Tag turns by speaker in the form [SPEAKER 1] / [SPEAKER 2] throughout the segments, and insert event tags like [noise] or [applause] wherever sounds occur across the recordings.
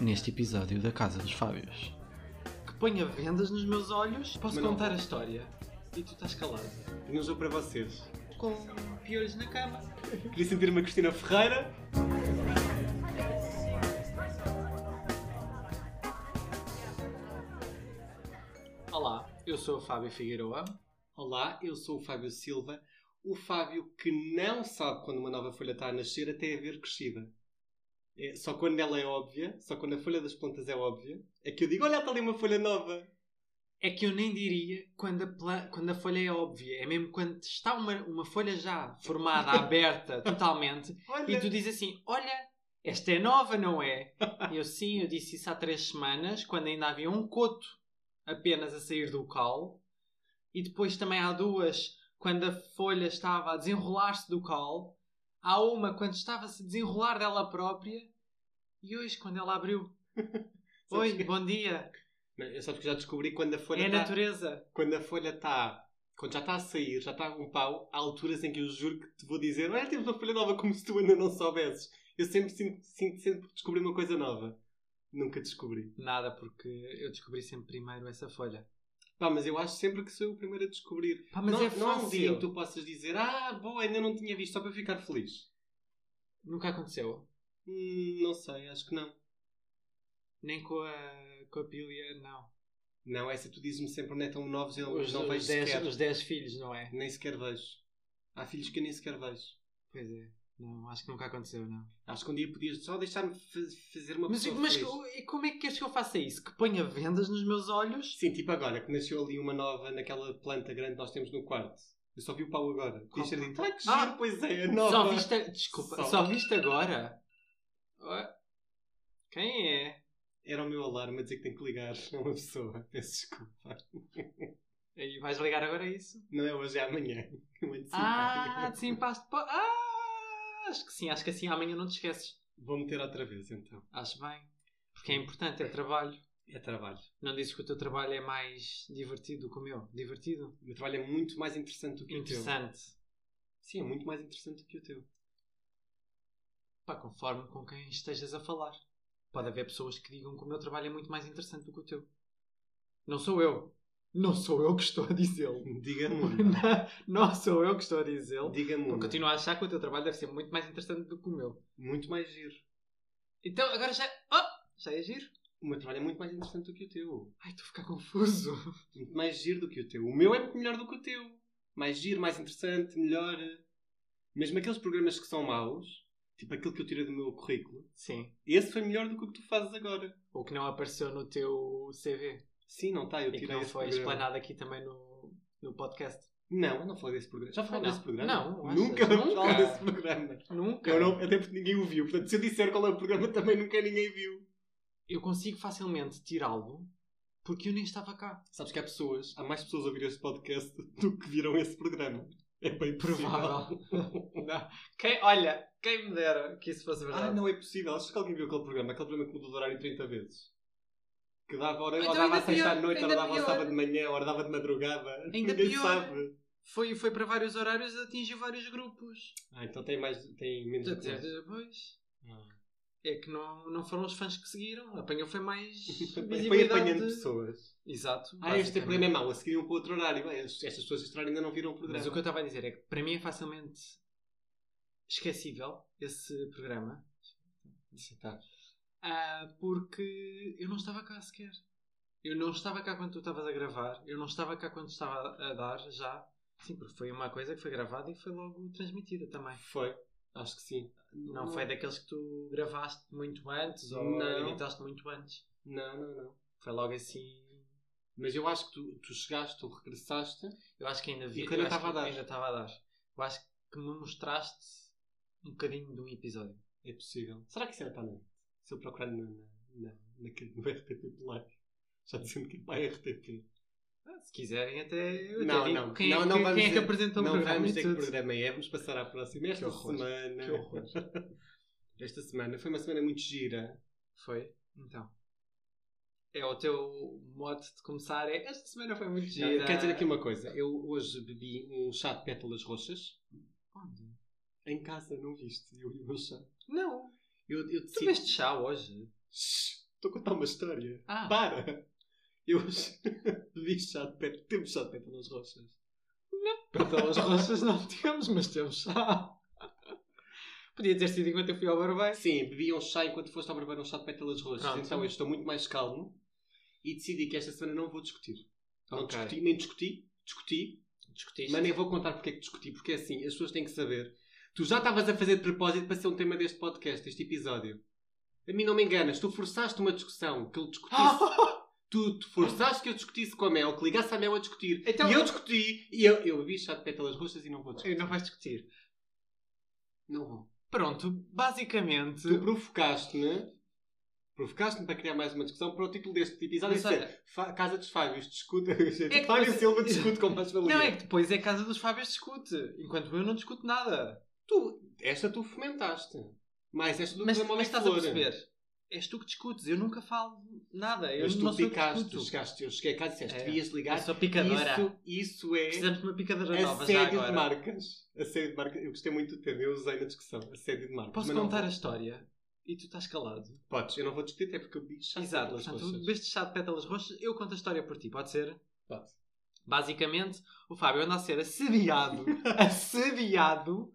[SPEAKER 1] neste episódio da Casa dos Fábios.
[SPEAKER 2] Que ponha vendas nos meus olhos, posso
[SPEAKER 3] Mas não.
[SPEAKER 2] contar a história. E tu estás calado.
[SPEAKER 3] Tenho um jogo para vocês.
[SPEAKER 2] Com piolhos na cama.
[SPEAKER 3] Queria sentir-me a Cristina Ferreira.
[SPEAKER 2] Olá, eu sou o Fábio Figueiroa.
[SPEAKER 3] Olá, eu sou o Fábio Silva. O Fábio que não sabe quando uma nova folha está a nascer até a ver crescida. É, só quando ela é óbvia, só quando a folha das plantas é óbvia, é que eu digo: olha, está ali uma folha nova.
[SPEAKER 2] É que eu nem diria quando a, pla- quando a folha é óbvia. É mesmo quando está uma, uma folha já
[SPEAKER 3] [laughs]
[SPEAKER 2] formada, aberta totalmente.
[SPEAKER 3] Olha,
[SPEAKER 2] E tu dizes assim, olha, esta é nova, não é? [laughs] E eu sim, eu disse isso há três semanas, quando ainda havia um coto apenas a sair do cal. E depois também há duas, quando a folha estava a desenrolar-se do cal. Há uma, quando estava a se desenrolar dela própria. E hoje, quando ela [laughs] abriu.
[SPEAKER 3] Sabes
[SPEAKER 2] Oi,
[SPEAKER 3] que-
[SPEAKER 2] bom dia.
[SPEAKER 3] Não, eu só porque já descobri quando a folha
[SPEAKER 2] É a
[SPEAKER 3] está.
[SPEAKER 2] natureza.
[SPEAKER 3] Quando a folha está. Quando já está a sair, já está um pau, há alturas em que eu juro que te vou dizer: olha, temos uma folha nova como se tu ainda não soubesses. Eu sempre sinto, sinto sempre que descobri uma coisa nova. Nunca descobri.
[SPEAKER 2] Nada, porque eu descobri sempre primeiro essa folha.
[SPEAKER 3] Pá, mas eu acho sempre que sou o primeiro a descobrir.
[SPEAKER 2] Pá, mas
[SPEAKER 3] não,
[SPEAKER 2] é
[SPEAKER 3] não há um dia em
[SPEAKER 2] fácil.
[SPEAKER 3] que tu possas dizer, ah, boa, ainda não tinha visto, só para ficar feliz.
[SPEAKER 2] Nunca aconteceu.
[SPEAKER 3] Hum, não sei, acho que não.
[SPEAKER 2] Nem com a, com a Pilia, não.
[SPEAKER 3] Não, essa tu dizes-me sempre onde é tão novos, eu
[SPEAKER 2] os,
[SPEAKER 3] não vejo
[SPEAKER 2] os dez-
[SPEAKER 3] sequer.
[SPEAKER 2] os dez filhos, não é?
[SPEAKER 3] Nem sequer vejo. Há filhos que eu nem sequer vejo.
[SPEAKER 2] Pois é. Não, acho que nunca aconteceu, não.
[SPEAKER 3] Acho que um dia podias só deixar-me fa- fazer uma
[SPEAKER 2] Mas,
[SPEAKER 3] pessoa
[SPEAKER 2] mas
[SPEAKER 3] feliz.
[SPEAKER 2] co- e como é que queres que eu faça isso? Que ponha vendas nos meus olhos?
[SPEAKER 3] Sim, tipo agora, que nasceu ali uma nova naquela planta grande que nós temos no quarto. Eu só vi o pau agora. Podias ter dito, ah, que giro,
[SPEAKER 2] Ah!
[SPEAKER 3] pois é, é nova.
[SPEAKER 2] Só viste. a- Desculpa,
[SPEAKER 3] Só.
[SPEAKER 2] só, viste agora? Ué? Quem é?
[SPEAKER 3] Era o meu alarme a dizer que tenho que ligar [laughs] a uma pessoa. Peço desculpa.
[SPEAKER 2] Aí vais ligar agora a isso?
[SPEAKER 3] Não é hoje, é amanhã. [laughs] Muito
[SPEAKER 2] Ah, [laughs]
[SPEAKER 3] simpático.
[SPEAKER 2] desempaste. pa- Ah, acho que sim, acho que assim amanhã não te esqueces.
[SPEAKER 3] Vou meter outra vez então.
[SPEAKER 2] Acho bem. Porque é importante, é trabalho.
[SPEAKER 3] É trabalho.
[SPEAKER 2] Não dizes que o teu trabalho é mais divertido que o meu? Divertido?
[SPEAKER 3] O meu trabalho é muito mais interessante do que o teu.
[SPEAKER 2] Interessante.
[SPEAKER 3] Sim, é muito mais interessante do que o teu.
[SPEAKER 2] Pá, conforme com quem estejas a falar. Pode haver pessoas que digam que o meu trabalho é muito mais interessante do que o teu. Não sou eu. Não sou eu que estou a dizê-lo. [laughs]
[SPEAKER 3] Diga-me. uma.
[SPEAKER 2] Não- Não sou eu que estou a dizê-lo.
[SPEAKER 3] Diga-me.
[SPEAKER 2] Eu
[SPEAKER 3] uma.
[SPEAKER 2] continuo a achar que o teu trabalho deve ser muito mais interessante do que o meu.
[SPEAKER 3] Muito mais giro.
[SPEAKER 2] Então, agora já... Oh! Já é giro?
[SPEAKER 3] O meu trabalho é muito mais interessante do que o teu.
[SPEAKER 2] Ai, estou a ficar confuso. [laughs]
[SPEAKER 3] Muito mais giro do que o teu. O meu é muito melhor do que o teu. Mais giro, mais interessante, melhor. Mesmo aqueles programas que são maus, tipo aquilo que eu tirei do meu currículo,
[SPEAKER 2] Sim.
[SPEAKER 3] esse foi melhor do que o que tu fazes agora.
[SPEAKER 2] O que não apareceu no teu CV.
[SPEAKER 3] Sim, não está, eu
[SPEAKER 2] e É que
[SPEAKER 3] tirei
[SPEAKER 2] não
[SPEAKER 3] esse
[SPEAKER 2] foi
[SPEAKER 3] programa.
[SPEAKER 2] explanado aqui também no, no podcast.
[SPEAKER 3] Não, eu não falei desse programa. Já falei
[SPEAKER 2] Ah, não?
[SPEAKER 3] desse programa?
[SPEAKER 2] Não,
[SPEAKER 3] nunca
[SPEAKER 2] achas?
[SPEAKER 3] vamos
[SPEAKER 2] Nunca.
[SPEAKER 3] falar desse programa.
[SPEAKER 2] Nunca.
[SPEAKER 3] Eu não, até porque ninguém o viu. Portanto, se eu disser qual é o programa, [laughs] também nunca ninguém viu.
[SPEAKER 2] Eu consigo facilmente tirá-lo porque eu nem estava cá.
[SPEAKER 3] Sabes que há pessoas, há mais pessoas a ouvir este podcast do que viram esse programa. É bem possível.
[SPEAKER 2] Provável. [laughs] Não. Quem, olha, quem me dera que isso fosse
[SPEAKER 3] ah,
[SPEAKER 2] verdade.
[SPEAKER 3] não é possível. Acho que alguém viu aquele programa. Aquele programa que mudou de horário 30 vezes. Que dava hora,
[SPEAKER 2] Então
[SPEAKER 3] ou dava
[SPEAKER 2] ainda
[SPEAKER 3] à sexta à
[SPEAKER 2] pior,
[SPEAKER 3] noite, ou
[SPEAKER 2] ainda
[SPEAKER 3] dava ao
[SPEAKER 2] pior.
[SPEAKER 3] sábado de manhã, ou dava de madrugada.
[SPEAKER 2] Ah, Ainda
[SPEAKER 3] Ninguém
[SPEAKER 2] pior.
[SPEAKER 3] sabe.
[SPEAKER 2] foi, foi para vários horários e atingiu vários grupos.
[SPEAKER 3] Ah, então tem mais, tem menos
[SPEAKER 2] Quer
[SPEAKER 3] do que
[SPEAKER 2] dizer,
[SPEAKER 3] nós.
[SPEAKER 2] depois.
[SPEAKER 3] Ah.
[SPEAKER 2] É que não, não foram os fãs que seguiram. Apanhou [laughs] foi mais
[SPEAKER 3] Foi
[SPEAKER 2] visibilidade.
[SPEAKER 3] apanhando pessoas.
[SPEAKER 2] Exato.
[SPEAKER 3] Ah, este
[SPEAKER 2] basicamente.
[SPEAKER 3] programa é mau, a seguir um para outro horário. Bem, estas pessoas este horário ainda não viram o programa.
[SPEAKER 2] Mas o que eu estava a dizer é que para mim é facilmente esquecível esse programa.
[SPEAKER 3] Tá.
[SPEAKER 2] Ah, porque eu não estava cá sequer. Eu não estava cá quando tu estavas a gravar, eu não estava cá quando estava a a dar já. Sim, porque foi uma coisa que foi gravada e foi logo transmitida também.
[SPEAKER 3] Foi, acho que sim.
[SPEAKER 2] Não, foi daqueles que tu gravaste muito antes ou
[SPEAKER 3] Não.
[SPEAKER 2] editaste muito antes.
[SPEAKER 3] Não, não, não.
[SPEAKER 2] Foi logo assim.
[SPEAKER 3] Mas eu acho que tu, tu chegaste, tu regressaste.
[SPEAKER 2] Eu acho que ainda vi.
[SPEAKER 3] E
[SPEAKER 2] eu
[SPEAKER 3] quando eu
[SPEAKER 2] acho
[SPEAKER 3] estava
[SPEAKER 2] que
[SPEAKER 3] a dar?
[SPEAKER 2] Ainda estava a dar. Eu acho que me mostraste um bocadinho de um episódio.
[SPEAKER 3] É possível. Será que isso era para a noite? Se eu procurar na, na, na, naquele, no RTP Play. Já dizendo que é para a RTP.
[SPEAKER 2] Ah, Se quiserem, até. eu até
[SPEAKER 3] Não,
[SPEAKER 2] digo
[SPEAKER 3] não.
[SPEAKER 2] Quem,
[SPEAKER 3] não,
[SPEAKER 2] é,
[SPEAKER 3] não
[SPEAKER 2] quem,
[SPEAKER 3] vamos
[SPEAKER 2] quem é que
[SPEAKER 3] dizer-
[SPEAKER 2] apresenta o
[SPEAKER 3] não
[SPEAKER 2] programa? e
[SPEAKER 3] vamos dizer que
[SPEAKER 2] tudo?
[SPEAKER 3] programa é. Vamos passar à próxima. Esta
[SPEAKER 2] horror.
[SPEAKER 3] semana.
[SPEAKER 2] Que horror.
[SPEAKER 3] Esta semana foi uma semana muito gira.
[SPEAKER 2] Foi? Então. É o teu modo de começar. É, esta semana foi muito gira.
[SPEAKER 3] Não, eu Quero dizer aqui uma coisa. Eu hoje bebi um chá de pétalas roxas.
[SPEAKER 2] Onde?
[SPEAKER 3] Em casa, não viste? Eu e o meu chá.
[SPEAKER 2] Não.
[SPEAKER 3] Eu, eu
[SPEAKER 2] Tu
[SPEAKER 3] decidi.
[SPEAKER 2] veste chá hoje?
[SPEAKER 3] Shhh, Estou a contar uma história.
[SPEAKER 2] Ah,
[SPEAKER 3] Para! Eu hoje [laughs] bebi chá de pé. Temos chá de pétalas roxas. Não.
[SPEAKER 2] então
[SPEAKER 3] Pétalas roxas não temos, mas temos chá.
[SPEAKER 2] podia ter sido enquanto eu fui ao barbeiro.
[SPEAKER 3] Sim, bebi um chá enquanto foste a beber um chá de pétalas roxas.
[SPEAKER 2] Pronto.
[SPEAKER 3] Então eu estou muito mais calmo e decidi que esta semana não vou discutir. Não
[SPEAKER 2] Ok.
[SPEAKER 3] discuti, nem discuti. Discuti,
[SPEAKER 2] Discutiste.
[SPEAKER 3] mas nem vou contar porque é que discuti, porque é assim, as pessoas têm que saber. Tu já estavas a fazer de propósito para ser um tema deste podcast, este episódio. A mim não me enganas, tu forçaste uma discussão que
[SPEAKER 2] [laughs]
[SPEAKER 3] ele discutisse. tu, tu forçaste que eu discutisse com a Mel, que ligasse à Mel a discutir.
[SPEAKER 2] Então-
[SPEAKER 3] e eu discuti, e eu, eu bebi chá de pétalas roxas e não vou discutir.
[SPEAKER 2] não vais discutir.
[SPEAKER 3] Não vou.
[SPEAKER 2] Pronto, basicamente.
[SPEAKER 3] Tu provocaste-me, provocaste-me para criar mais uma discussão para o título deste episódio
[SPEAKER 2] Mas
[SPEAKER 3] ser
[SPEAKER 2] olha- É
[SPEAKER 3] Fa- Casa dos Fábios, discute.
[SPEAKER 2] que
[SPEAKER 3] Fábio
[SPEAKER 2] você-
[SPEAKER 3] Silva discute
[SPEAKER 2] [laughs]
[SPEAKER 3] com mais valia.
[SPEAKER 2] Não, é que depois é a casa dos Fábios discute, enquanto eu não discuto nada.
[SPEAKER 3] tu, esta tu fomentaste. Mas esta tu
[SPEAKER 2] Mas,
[SPEAKER 3] uma
[SPEAKER 2] mas estás a perceber? És tu que discutes, eu nunca falo nada. Eu
[SPEAKER 3] Mas
[SPEAKER 2] não
[SPEAKER 3] tu
[SPEAKER 2] sou eu que
[SPEAKER 3] picaste, tu
[SPEAKER 2] discuto.
[SPEAKER 3] chegaste, eu cheguei a casa e disseste,
[SPEAKER 2] É.
[SPEAKER 3] devias ligar.
[SPEAKER 2] Eu sou picadora.
[SPEAKER 3] Isso, isso é
[SPEAKER 2] Precisamos de uma picadora nova já
[SPEAKER 3] assédio de
[SPEAKER 2] agora.
[SPEAKER 3] marcas. Assédio de marcas. Eu gostei muito do termo, eu usei na discussão. Assédio de marcas.
[SPEAKER 2] Posso
[SPEAKER 3] Mas não
[SPEAKER 2] contar
[SPEAKER 3] vou.
[SPEAKER 2] a história? E tu estás calado.
[SPEAKER 3] Podes, eu não vou discutir até porque eu bicho já
[SPEAKER 2] Exato.
[SPEAKER 3] pelas
[SPEAKER 2] Portanto,
[SPEAKER 3] roxas.
[SPEAKER 2] bebeste chá de pétalas roxas, eu conto a história por ti, pode ser?
[SPEAKER 3] Pode.
[SPEAKER 2] Basicamente, o Fábio anda a ser
[SPEAKER 3] [laughs]
[SPEAKER 2] assediado. assediado.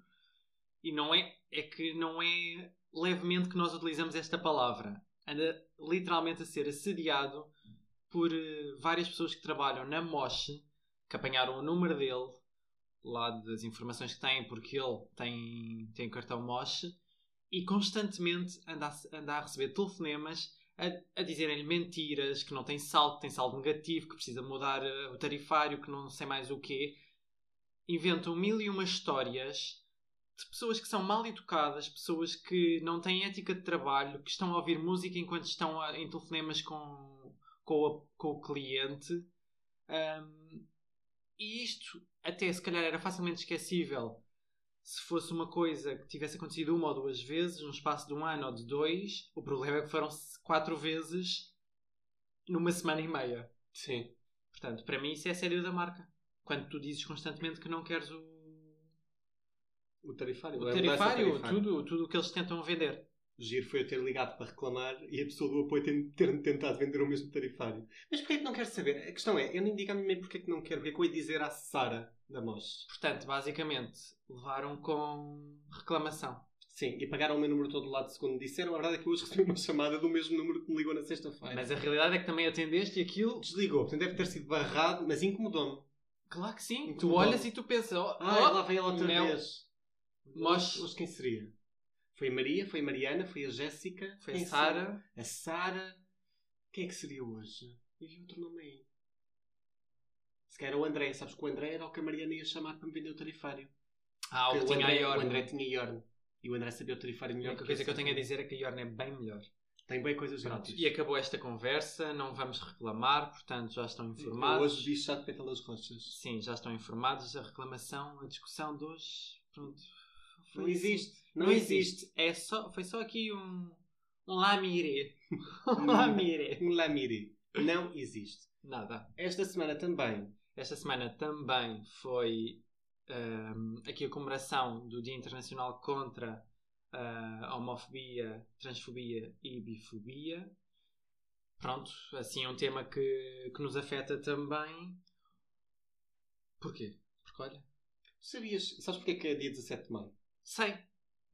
[SPEAKER 2] E não é. É que não é levemente que nós utilizamos esta palavra. Anda literalmente a ser assediado por eh, várias pessoas que trabalham na Moche, que apanharam o número dele, lá das informações que têm, porque ele tem, tem cartão Moche, e constantemente anda a, anda a receber telefonemas a, a dizerem-lhe mentiras, que não tem saldo, que tem saldo negativo, que precisa mudar eh, o tarifário, que não sei mais o quê. Inventam mil e uma histórias de pessoas que são mal educadas, pessoas que não têm ética de trabalho, que estão a ouvir música enquanto estão a- em telefonemas com, com, a- com o cliente. Ahm, e isto até se calhar era facilmente esquecível se fosse uma coisa que tivesse acontecido uma ou duas vezes, no espaço de um ano ou de dois, o problema é que foram quatro vezes numa semana e meia.
[SPEAKER 3] Sim.
[SPEAKER 2] Portanto, para mim isso é sério da marca. Quando tu dizes constantemente que não queres o,
[SPEAKER 3] O tarifário.
[SPEAKER 2] o
[SPEAKER 3] a mudança
[SPEAKER 2] tarifário,
[SPEAKER 3] tarifária.
[SPEAKER 2] tudo, tudo o que eles tentam vender.
[SPEAKER 3] O giro foi eu ter ligado para reclamar e a pessoa do apoio ter, ter tentado vender o mesmo tarifário. Mas porquê é que não quero saber? A questão é, eu nem digo a mim mesmo porquê que não quero, porque é que eu ia dizer à Sara da Mos.
[SPEAKER 2] Portanto, basicamente, levaram com reclamação.
[SPEAKER 3] Sim, e pagaram o meu número todo lado segundo me disseram. A verdade é que hoje [laughs] recebi uma chamada do mesmo número que me ligou na sexta-feira.
[SPEAKER 2] Mas a realidade é que também atendeste e aquilo.
[SPEAKER 3] desligou, portanto deve ter sido barrado, mas incomodou-me.
[SPEAKER 2] Claro que sim. Tu
[SPEAKER 3] Incomodou.
[SPEAKER 2] olhas e tu pensas. Oh,
[SPEAKER 3] Ah,
[SPEAKER 2] oh,
[SPEAKER 3] lá vem ela outra
[SPEAKER 2] Mel.
[SPEAKER 3] vez.
[SPEAKER 2] Mos.
[SPEAKER 3] Hoje quem seria? Foi a Maria, foi a Mariana, foi a Jéssica,
[SPEAKER 2] Foi a
[SPEAKER 3] quem seria?
[SPEAKER 2] Sara.
[SPEAKER 3] A Sara. Quem é que seria hoje? Havia outro nome aí. Se calhar o André, sabes que o André era o que a Mariana ia chamar para me vender o tarifário.
[SPEAKER 2] Ah, o
[SPEAKER 3] Porque
[SPEAKER 2] que tinha a
[SPEAKER 3] André,
[SPEAKER 2] Yorn.
[SPEAKER 3] o André tinha Yorn. E o André sabia o tarifário
[SPEAKER 2] A
[SPEAKER 3] melhor
[SPEAKER 2] única coisa que eu tenho a
[SPEAKER 3] sei.
[SPEAKER 2] dizer é que a Yorn é bem melhor.
[SPEAKER 3] Tem bem coisas
[SPEAKER 2] Pronto,
[SPEAKER 3] grátis.
[SPEAKER 2] e acabou esta conversa, não vamos reclamar, portanto já estão
[SPEAKER 3] Eu
[SPEAKER 2] informados.
[SPEAKER 3] hoje vi chá de pétalas roxas.
[SPEAKER 2] Sim, já estão informados. A reclamação, a discussão de hoje, pronto. foi
[SPEAKER 3] Não
[SPEAKER 2] assim.
[SPEAKER 3] existe.
[SPEAKER 2] Não, existe. É só, foi só aqui um, um
[SPEAKER 3] [laughs]
[SPEAKER 2] lamire. um lamire.
[SPEAKER 3] [laughs] Um lamiri. Não existe.
[SPEAKER 2] Nada.
[SPEAKER 3] Esta semana também.
[SPEAKER 2] Esta semana também foi ahm, aqui a comemoração do Dia Internacional contra ah, a homofobia, transfobia e bifobia. Pronto, assim é um tema que, que nos afeta também. Porquê? Porque olha.
[SPEAKER 3] Sabias? Sabes porque é que é dia 17 de maio?
[SPEAKER 2] Sei,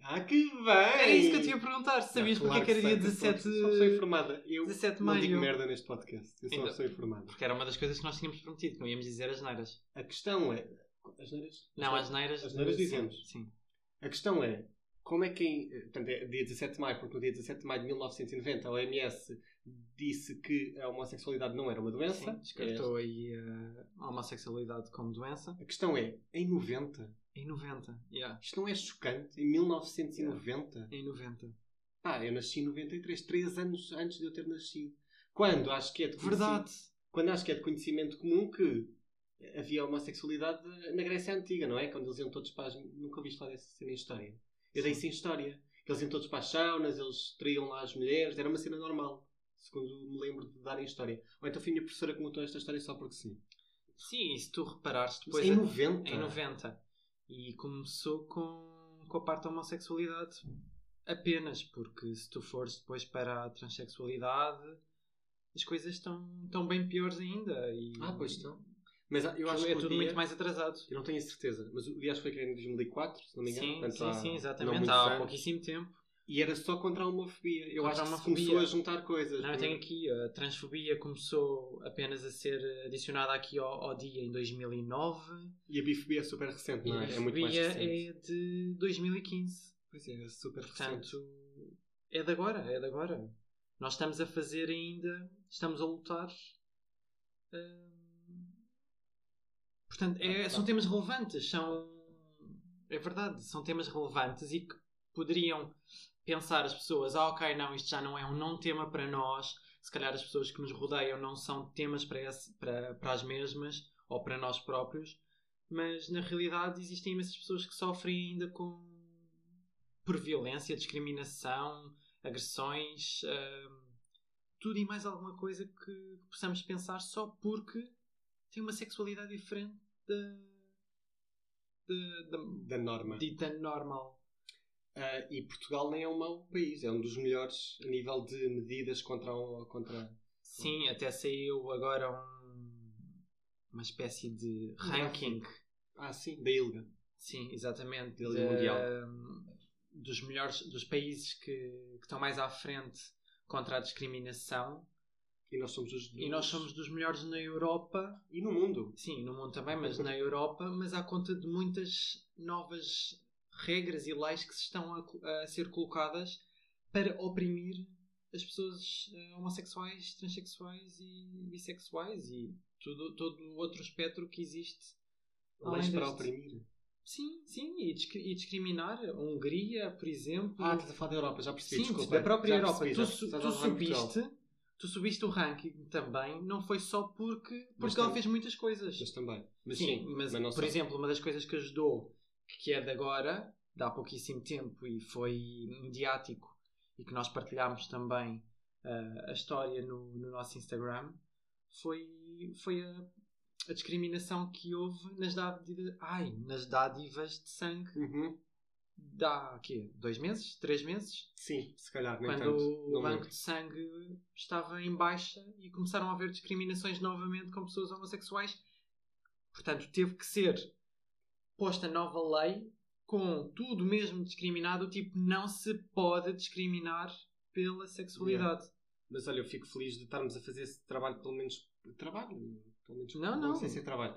[SPEAKER 3] Ah, que bem!
[SPEAKER 2] era isso que eu tinha a perguntar. Sabias
[SPEAKER 3] claro
[SPEAKER 2] porque é que era dia
[SPEAKER 3] sei, eu
[SPEAKER 2] 17,
[SPEAKER 3] sou- Sou, sou informada. Eu
[SPEAKER 2] 17 de
[SPEAKER 3] não digo
[SPEAKER 2] maio?
[SPEAKER 3] merda neste podcast. Eu sou uma
[SPEAKER 2] Então.
[SPEAKER 3] pessoa informada.
[SPEAKER 2] Porque era uma das coisas que nós tínhamos prometido, que não íamos dizer as neiras.
[SPEAKER 3] A questão é. As neiras?
[SPEAKER 2] Não, as neiras.
[SPEAKER 3] as neiras
[SPEAKER 2] sim,
[SPEAKER 3] dizemos.
[SPEAKER 2] Sim.
[SPEAKER 3] A questão é. Como é que. em- Portanto, é dia 17 de maio, porque no dia 17 de maio de 1990 a OMS disse que a homossexualidade não era uma doença.
[SPEAKER 2] Sim, descartou aí ah, a homossexualidade como doença.
[SPEAKER 3] É. A questão é, em 90,
[SPEAKER 2] Em 90, yeah.
[SPEAKER 3] isto não é chocante? Em 1990?
[SPEAKER 2] Em 90.
[SPEAKER 3] Pá, Ah, eu nasci em 93, 3 anos antes de eu ter nascido. Quando acho que é de conhecimento,
[SPEAKER 2] Verdade.
[SPEAKER 3] quando acho que é de conhecimento comum que havia homossexualidade na Grécia Antiga, não é? Quando eles iam todos para as... Nunca ouvi falar dessa cena em história. Eu dei isso em história. Que eles iam todos para as saunas, eles traíam lá as mulheres, era uma cena normal. Segundo me lembro de dar em história. Ou então foi a minha professora que contou esta história só porque sim.
[SPEAKER 2] Sim, e se tu reparares depois.
[SPEAKER 3] Mas em
[SPEAKER 2] a-
[SPEAKER 3] 90.
[SPEAKER 2] em 90. E começou com, com a parte da homossexualidade. Apenas porque se tu fores depois para a transexualidade, as coisas estão, estão bem piores ainda. E
[SPEAKER 3] Ah, pois estão. Mas ah, eu acho
[SPEAKER 2] é
[SPEAKER 3] que o
[SPEAKER 2] tudo
[SPEAKER 3] dia-
[SPEAKER 2] muito mais atrasado.
[SPEAKER 3] Eu não tenho a certeza, mas o dia acho que foi criado em 2004, se não me engano.
[SPEAKER 2] Sim,
[SPEAKER 3] portanto,
[SPEAKER 2] sim,
[SPEAKER 3] há
[SPEAKER 2] sim,
[SPEAKER 3] não
[SPEAKER 2] exatamente.
[SPEAKER 3] muitos
[SPEAKER 2] Há
[SPEAKER 3] anos.
[SPEAKER 2] pouquíssimo tempo.
[SPEAKER 3] E era só contra a homofobia. Eu
[SPEAKER 2] Contra
[SPEAKER 3] acho
[SPEAKER 2] a
[SPEAKER 3] que se começou
[SPEAKER 2] homofobia.
[SPEAKER 3] a juntar coisas. é? né?
[SPEAKER 2] Não, eu tenho aqui, a transfobia começou apenas a ser adicionada aqui ao, ao dia em 2009
[SPEAKER 3] E a bifobia é super recente,
[SPEAKER 2] e
[SPEAKER 3] não
[SPEAKER 2] a
[SPEAKER 3] é? É muito mais
[SPEAKER 2] bifobia
[SPEAKER 3] recente.
[SPEAKER 2] é de 2015.
[SPEAKER 3] Pois é, é super recente.
[SPEAKER 2] Portanto, é de agora, é de agora. Nós estamos a fazer ainda, estamos a lutar. Hum, Portanto, é-
[SPEAKER 3] Ah,
[SPEAKER 2] são
[SPEAKER 3] tá.
[SPEAKER 2] temas relevantes, são. É verdade, são temas relevantes e que poderiam pensar as pessoas, ah, ok, não, isto já não é um não tema para nós, se calhar as pessoas que nos rodeiam não são temas para, esse- para, para as mesmas ou para nós próprios, mas na realidade existem imensas pessoas que sofrem ainda com por violência, discriminação, agressões, hum, tudo e mais alguma coisa que, que possamos pensar só porque tem uma sexualidade diferente da, da, da
[SPEAKER 3] Da norma.
[SPEAKER 2] dita normal.
[SPEAKER 3] Ah, e Portugal nem é um mau país, é um dos melhores a nível de medidas contra. o- contra...
[SPEAKER 2] Sim, até saiu agora um, uma espécie de ranking.
[SPEAKER 3] Ah, sim, da ILGA.
[SPEAKER 2] Sim, exatamente.
[SPEAKER 3] Dele mundial.
[SPEAKER 2] Dos melhores, dos países que, que estão mais à frente contra a discriminação.
[SPEAKER 3] E nós somos os.
[SPEAKER 2] E nós somos dos melhores na Europa.
[SPEAKER 3] E no mundo.
[SPEAKER 2] Sim, no mundo também, mas
[SPEAKER 3] [laughs]
[SPEAKER 2] na Europa. Mas à conta de muitas novas regras e leis que se estão a, co- a ser colocadas para oprimir as pessoas eh, homossexuais, transexuais e bissexuais e tudo, todo o outro espectro que existe Além
[SPEAKER 3] Leis para
[SPEAKER 2] deste-
[SPEAKER 3] oprimir.
[SPEAKER 2] Sim, sim, e, discri- e discriminar a Hungria, por exemplo.
[SPEAKER 3] Ah, estás a falar da Europa, já percebi.
[SPEAKER 2] sim,
[SPEAKER 3] desculpa.
[SPEAKER 2] da própria
[SPEAKER 3] Já
[SPEAKER 2] Europa.
[SPEAKER 3] percebi,
[SPEAKER 2] tu
[SPEAKER 3] já-
[SPEAKER 2] su-
[SPEAKER 3] estás
[SPEAKER 2] tu
[SPEAKER 3] a falar de Portugal.
[SPEAKER 2] subiste, tu subiste o ranking também, não foi só porque
[SPEAKER 3] Mas
[SPEAKER 2] Portugal
[SPEAKER 3] tem-
[SPEAKER 2] fez muitas coisas.
[SPEAKER 3] Mas também. Mas
[SPEAKER 2] sim,
[SPEAKER 3] sim,
[SPEAKER 2] mas,
[SPEAKER 3] não
[SPEAKER 2] por
[SPEAKER 3] só.
[SPEAKER 2] exemplo, uma das coisas que ajudou, que é de agora, de há pouquíssimo tempo e foi mediático, e que nós partilhámos também ah, a história no, no nosso Instagram, foi, foi a, a discriminação que houve nas dádivas, ai, nas dádivas de sangue
[SPEAKER 3] Uhum.
[SPEAKER 2] de há quê? dois meses, três meses,
[SPEAKER 3] Sim, se calhar, nem
[SPEAKER 2] quando
[SPEAKER 3] tanto.
[SPEAKER 2] o
[SPEAKER 3] Não
[SPEAKER 2] banco
[SPEAKER 3] lembro.
[SPEAKER 2] de sangue estava em baixa e começaram a haver discriminações novamente com pessoas homossexuais. Portanto, teve que ser posta nova lei com tudo mesmo discriminado, tipo, não se pode discriminar pela sexualidade.
[SPEAKER 3] Mas olha, eu fico feliz de estarmos a fazer esse trabalho, pelo menos. Trabalho? Pelo menos
[SPEAKER 2] Não, não.
[SPEAKER 3] sei se é trabalho.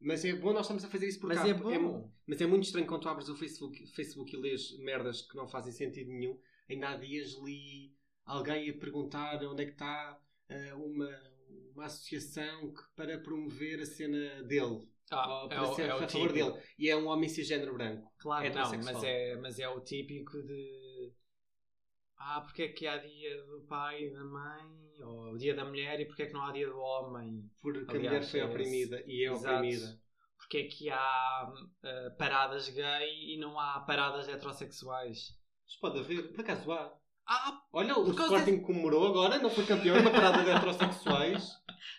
[SPEAKER 3] Mas é bom nós estamos a fazer isso por
[SPEAKER 2] Mas
[SPEAKER 3] cá.
[SPEAKER 2] é bom.
[SPEAKER 3] mas é muito estranho quando tu abres o Facebook, Facebook e lês merdas que não fazem sentido nenhum. Ainda há dias li alguém a perguntar onde é que está ah, uma, uma associação que- para promover a cena dele.
[SPEAKER 2] Ah,
[SPEAKER 3] ou
[SPEAKER 2] é,
[SPEAKER 3] para
[SPEAKER 2] o,
[SPEAKER 3] ser
[SPEAKER 2] é
[SPEAKER 3] a
[SPEAKER 2] o
[SPEAKER 3] favor
[SPEAKER 2] típico.
[SPEAKER 3] dele. E é um homem cisgênero branco.
[SPEAKER 2] Claro, não,
[SPEAKER 3] Heterossexual.
[SPEAKER 2] mas é, mas é o típico de. Ah, porque é que há dia do pai e da mãe, ou o dia da mulher, e porque é que não há dia do homem?
[SPEAKER 3] Porque a
[SPEAKER 2] Aliás,
[SPEAKER 3] mulher foi
[SPEAKER 2] é esse.
[SPEAKER 3] oprimida e é
[SPEAKER 2] Exato.
[SPEAKER 3] oprimida.
[SPEAKER 2] Porque é que há ah, paradas gay e não há paradas heterossexuais?
[SPEAKER 3] Mas pode haver, por acaso há.
[SPEAKER 2] Ah,
[SPEAKER 3] Olha, o
[SPEAKER 2] Por causa
[SPEAKER 3] Sporting comemorou agora, não foi campeão na parada de heterossexuais.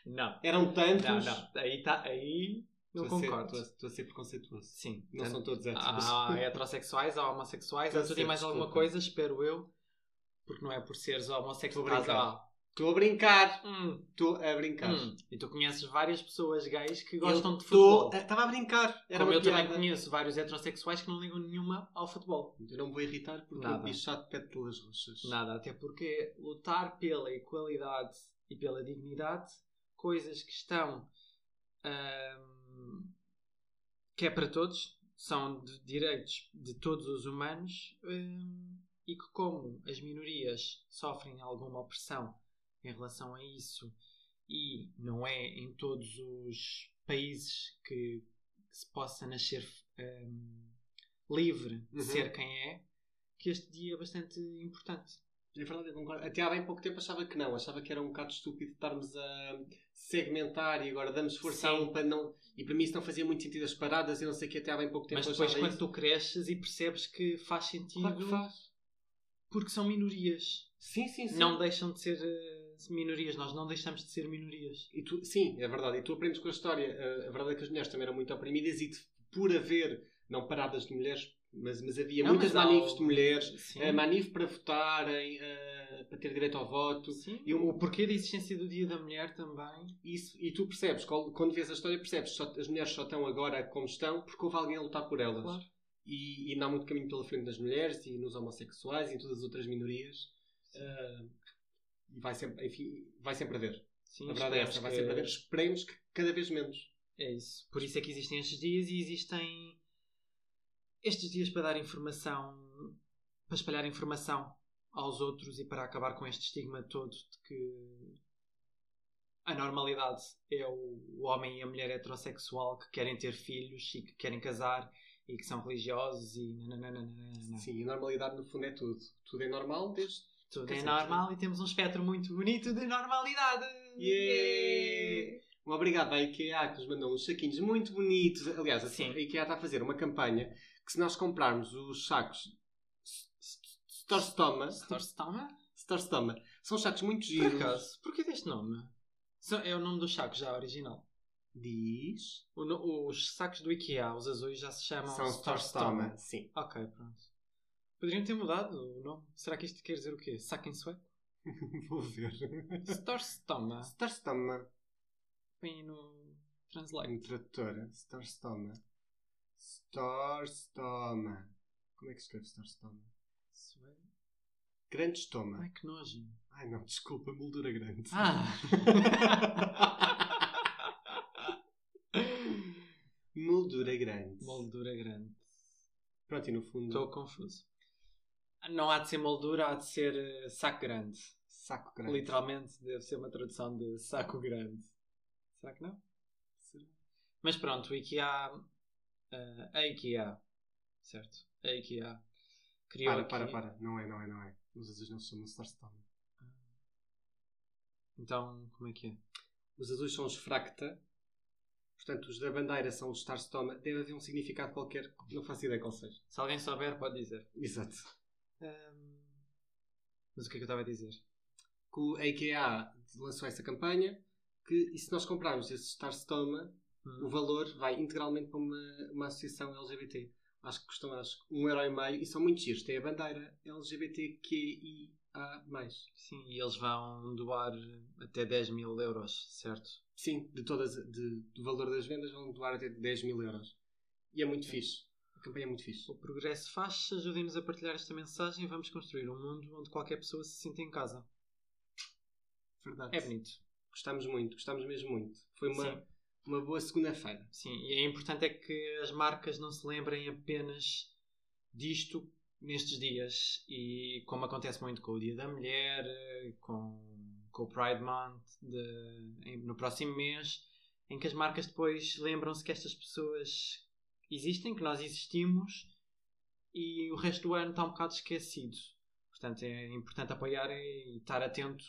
[SPEAKER 2] não,
[SPEAKER 3] Eram tantos.
[SPEAKER 2] não, não, aí, tá, aí não
[SPEAKER 3] Estou a ser-
[SPEAKER 2] concordo.
[SPEAKER 3] Estou a, estou a ser preconceituoso.
[SPEAKER 2] Sim,
[SPEAKER 3] Não são
[SPEAKER 2] Ah.
[SPEAKER 3] todos héteros.
[SPEAKER 2] Há [laughs] heterossexuais, há homossexuais,
[SPEAKER 3] Estou
[SPEAKER 2] há
[SPEAKER 3] a
[SPEAKER 2] tudo e
[SPEAKER 3] ser,
[SPEAKER 2] mais alguma
[SPEAKER 3] desculpa.
[SPEAKER 2] coisa, espero eu, porque não é por seres homossexual.
[SPEAKER 3] Estou a brincar.
[SPEAKER 2] Ah,
[SPEAKER 3] Estou a brincar.
[SPEAKER 2] hum,
[SPEAKER 3] Estou a brincar.
[SPEAKER 2] Hum, e tu conheces várias pessoas gays que gostam
[SPEAKER 3] Eu
[SPEAKER 2] de futebol.
[SPEAKER 3] estou a- Estava a brincar. Era
[SPEAKER 2] Como
[SPEAKER 3] uma
[SPEAKER 2] eu também
[SPEAKER 3] piada.
[SPEAKER 2] conheço vários heterossexuais que não ligam nenhuma ao futebol.
[SPEAKER 3] Eu não me vou irritar porque
[SPEAKER 2] Nada.
[SPEAKER 3] o bicho chato pede pelas roxas.
[SPEAKER 2] Nada, até porque lutar pela igualdade e pela dignidade, coisas que estão. ahm, que é para todos, são de direitos de todos os humanos ahm, e que, como as minorias sofrem alguma opressão em relação a isso e não é em todos os países que, que se possa nascer hum, livre de
[SPEAKER 3] Uhum.
[SPEAKER 2] ser quem é, que este dia é bastante importante.
[SPEAKER 3] É verdade, eu concordo. Até há bem pouco tempo achava que não. Achava que era um bocado estúpido estarmos a segmentar e agora damos força a
[SPEAKER 2] Sim.
[SPEAKER 3] um para não. E para mim isso não fazia muito sentido as paradas e não sei o que até há bem pouco tempo
[SPEAKER 2] Mas
[SPEAKER 3] eu
[SPEAKER 2] depois,
[SPEAKER 3] achava
[SPEAKER 2] quando
[SPEAKER 3] isso.
[SPEAKER 2] tu cresces e percebes que faz sentido,
[SPEAKER 3] Claro que faz.
[SPEAKER 2] porque são minorias.
[SPEAKER 3] Sim, sim, sim.
[SPEAKER 2] Não deixam de ser eh, minorias, nós não deixamos de ser minorias.
[SPEAKER 3] E tu, sim, é verdade. E tu aprendes Eh, com a história. A, a verdade é que as mulheres também eram muito oprimidas e de- por haver, não paradas de mulheres, Mas, mas havia
[SPEAKER 2] Não,
[SPEAKER 3] muitas
[SPEAKER 2] mas há
[SPEAKER 3] manifes
[SPEAKER 2] o-
[SPEAKER 3] de mulheres,
[SPEAKER 2] Sim.
[SPEAKER 3] eh, manifes para votarem, eh, para ter direito ao voto.
[SPEAKER 2] Sim.
[SPEAKER 3] E o-
[SPEAKER 2] o porquê da existência do Dia da Mulher também.
[SPEAKER 3] Isso, e tu percebes, qual- quando vês a história, percebes que só- as mulheres só estão agora como estão porque houve alguém a lutar por elas.
[SPEAKER 2] Claro.
[SPEAKER 3] E, e não há muito caminho pela frente nas mulheres e nos homossexuais e em todas as outras minorias. Ah, e vai sempre, enfim, vai sempre haver.
[SPEAKER 2] Sim,
[SPEAKER 3] A verdade é
[SPEAKER 2] esperemos
[SPEAKER 3] essa, vai
[SPEAKER 2] que-
[SPEAKER 3] sempre haver. Esperemos que cada vez menos.
[SPEAKER 2] É isso. Por isso é que existem estes dias e existem estes dias para dar informação, para espalhar informação aos outros e para acabar com este estigma todo de que a normalidade é o o homem e a mulher heterossexual que querem ter filhos e que querem casar e que são religiosos e nananana.
[SPEAKER 3] Sim, a normalidade no fundo é tudo. Tudo é normal desde.
[SPEAKER 2] Tudo
[SPEAKER 3] Quer
[SPEAKER 2] é
[SPEAKER 3] dizer,
[SPEAKER 2] normal e temos um espectro muito bonito de normalidade.
[SPEAKER 3] Yeah!
[SPEAKER 2] Yeah!
[SPEAKER 3] Um obrigado à IKEA que nos mandou uns saquinhos muito bonitos. Aliás, a-
[SPEAKER 2] Sim.
[SPEAKER 3] a IKEA está a fazer uma campanha que se nós comprarmos os sacos S- S- Storstoma,
[SPEAKER 2] Storstoma?
[SPEAKER 3] Storstoma, são sacos muito
[SPEAKER 2] Por
[SPEAKER 3] giros.
[SPEAKER 2] acaso, porquê deste nome? São- É o nome do saco já original.
[SPEAKER 3] Diz.
[SPEAKER 2] O no- os sacos do IKEA, os azuis, já se chamam
[SPEAKER 3] São
[SPEAKER 2] Star
[SPEAKER 3] Storstoma. Sim. [laughs]
[SPEAKER 2] Stoma. Ok, pronto. Poderiam ter mudado o nome. Será que isto quer dizer o quê? Saco em sueco?
[SPEAKER 3] Vou ver.
[SPEAKER 2] Storstoma.
[SPEAKER 3] Storstoma.
[SPEAKER 2] Põe aí no Translate.
[SPEAKER 3] Um tradutor. Storstoma. Storstoma. Como é que escreve Storstoma?
[SPEAKER 2] Sueco?
[SPEAKER 3] Grande estoma.
[SPEAKER 2] Ai, que nojo.
[SPEAKER 3] Ai não, desculpa, moldura grande.
[SPEAKER 2] Ah!
[SPEAKER 3] [laughs] Moldura grande.
[SPEAKER 2] Moldura grande.
[SPEAKER 3] Pronto, e no fundo,
[SPEAKER 2] Estou confuso. Não há de ser moldura, há de ser eh, saco grande.
[SPEAKER 3] saco grande.
[SPEAKER 2] Literalmente deve ser uma tradução de saco grande. Será que não? Mas pronto, o IKEA. eh, a IKEA. Certo? A IKEA. Criou
[SPEAKER 3] Para,
[SPEAKER 2] aqui-
[SPEAKER 3] para, para. Não é, não é, não é. Os azuis não são Storstoma.
[SPEAKER 2] Então, como é que é?
[SPEAKER 3] Os azuis são os fracta. Portanto, os da bandeira são os Storstoma. Deve haver um significado qualquer. Não faço ideia qual seja.
[SPEAKER 2] Se alguém souber, pode dizer.
[SPEAKER 3] Exato.
[SPEAKER 2] Ahm, Mas o que é que eu estava a dizer?
[SPEAKER 3] Que o IKEA lançou essa campanha. Que, e se nós comprarmos esse Storstoma, o
[SPEAKER 2] Hum.
[SPEAKER 3] valor vai integralmente para uma, uma associação LGBT. Acho que custam acho, que um euro e meio e são muito giros. Tem a bandeira LGBTQIA+.
[SPEAKER 2] Sim, e eles vão doar até 10 mil euros, certo?
[SPEAKER 3] Sim, de todas, de, do valor das vendas vão doar até 10 mil euros. E é muito fixe. A campanha é muito fixe.
[SPEAKER 2] O progresso faz-se, ajudem-nos a partilhar esta mensagem e vamos construir um mundo onde qualquer pessoa se sinta em casa.
[SPEAKER 3] Verdade.
[SPEAKER 2] É bonito.
[SPEAKER 3] Gostámos muito, gostámos mesmo muito. Foi uma,
[SPEAKER 2] Sim.
[SPEAKER 3] uma boa segunda-feira.
[SPEAKER 2] Sim, e é importante é que as marcas não se lembrem apenas disto nestes dias e como acontece muito com o Dia da Mulher, eh, com, com o Pride Month de- em- no próximo mês, em que as marcas depois lembram-se que estas pessoas existem, que nós existimos e o resto do ano está um bocado esquecido. Portanto, é importante apoiar e estar atento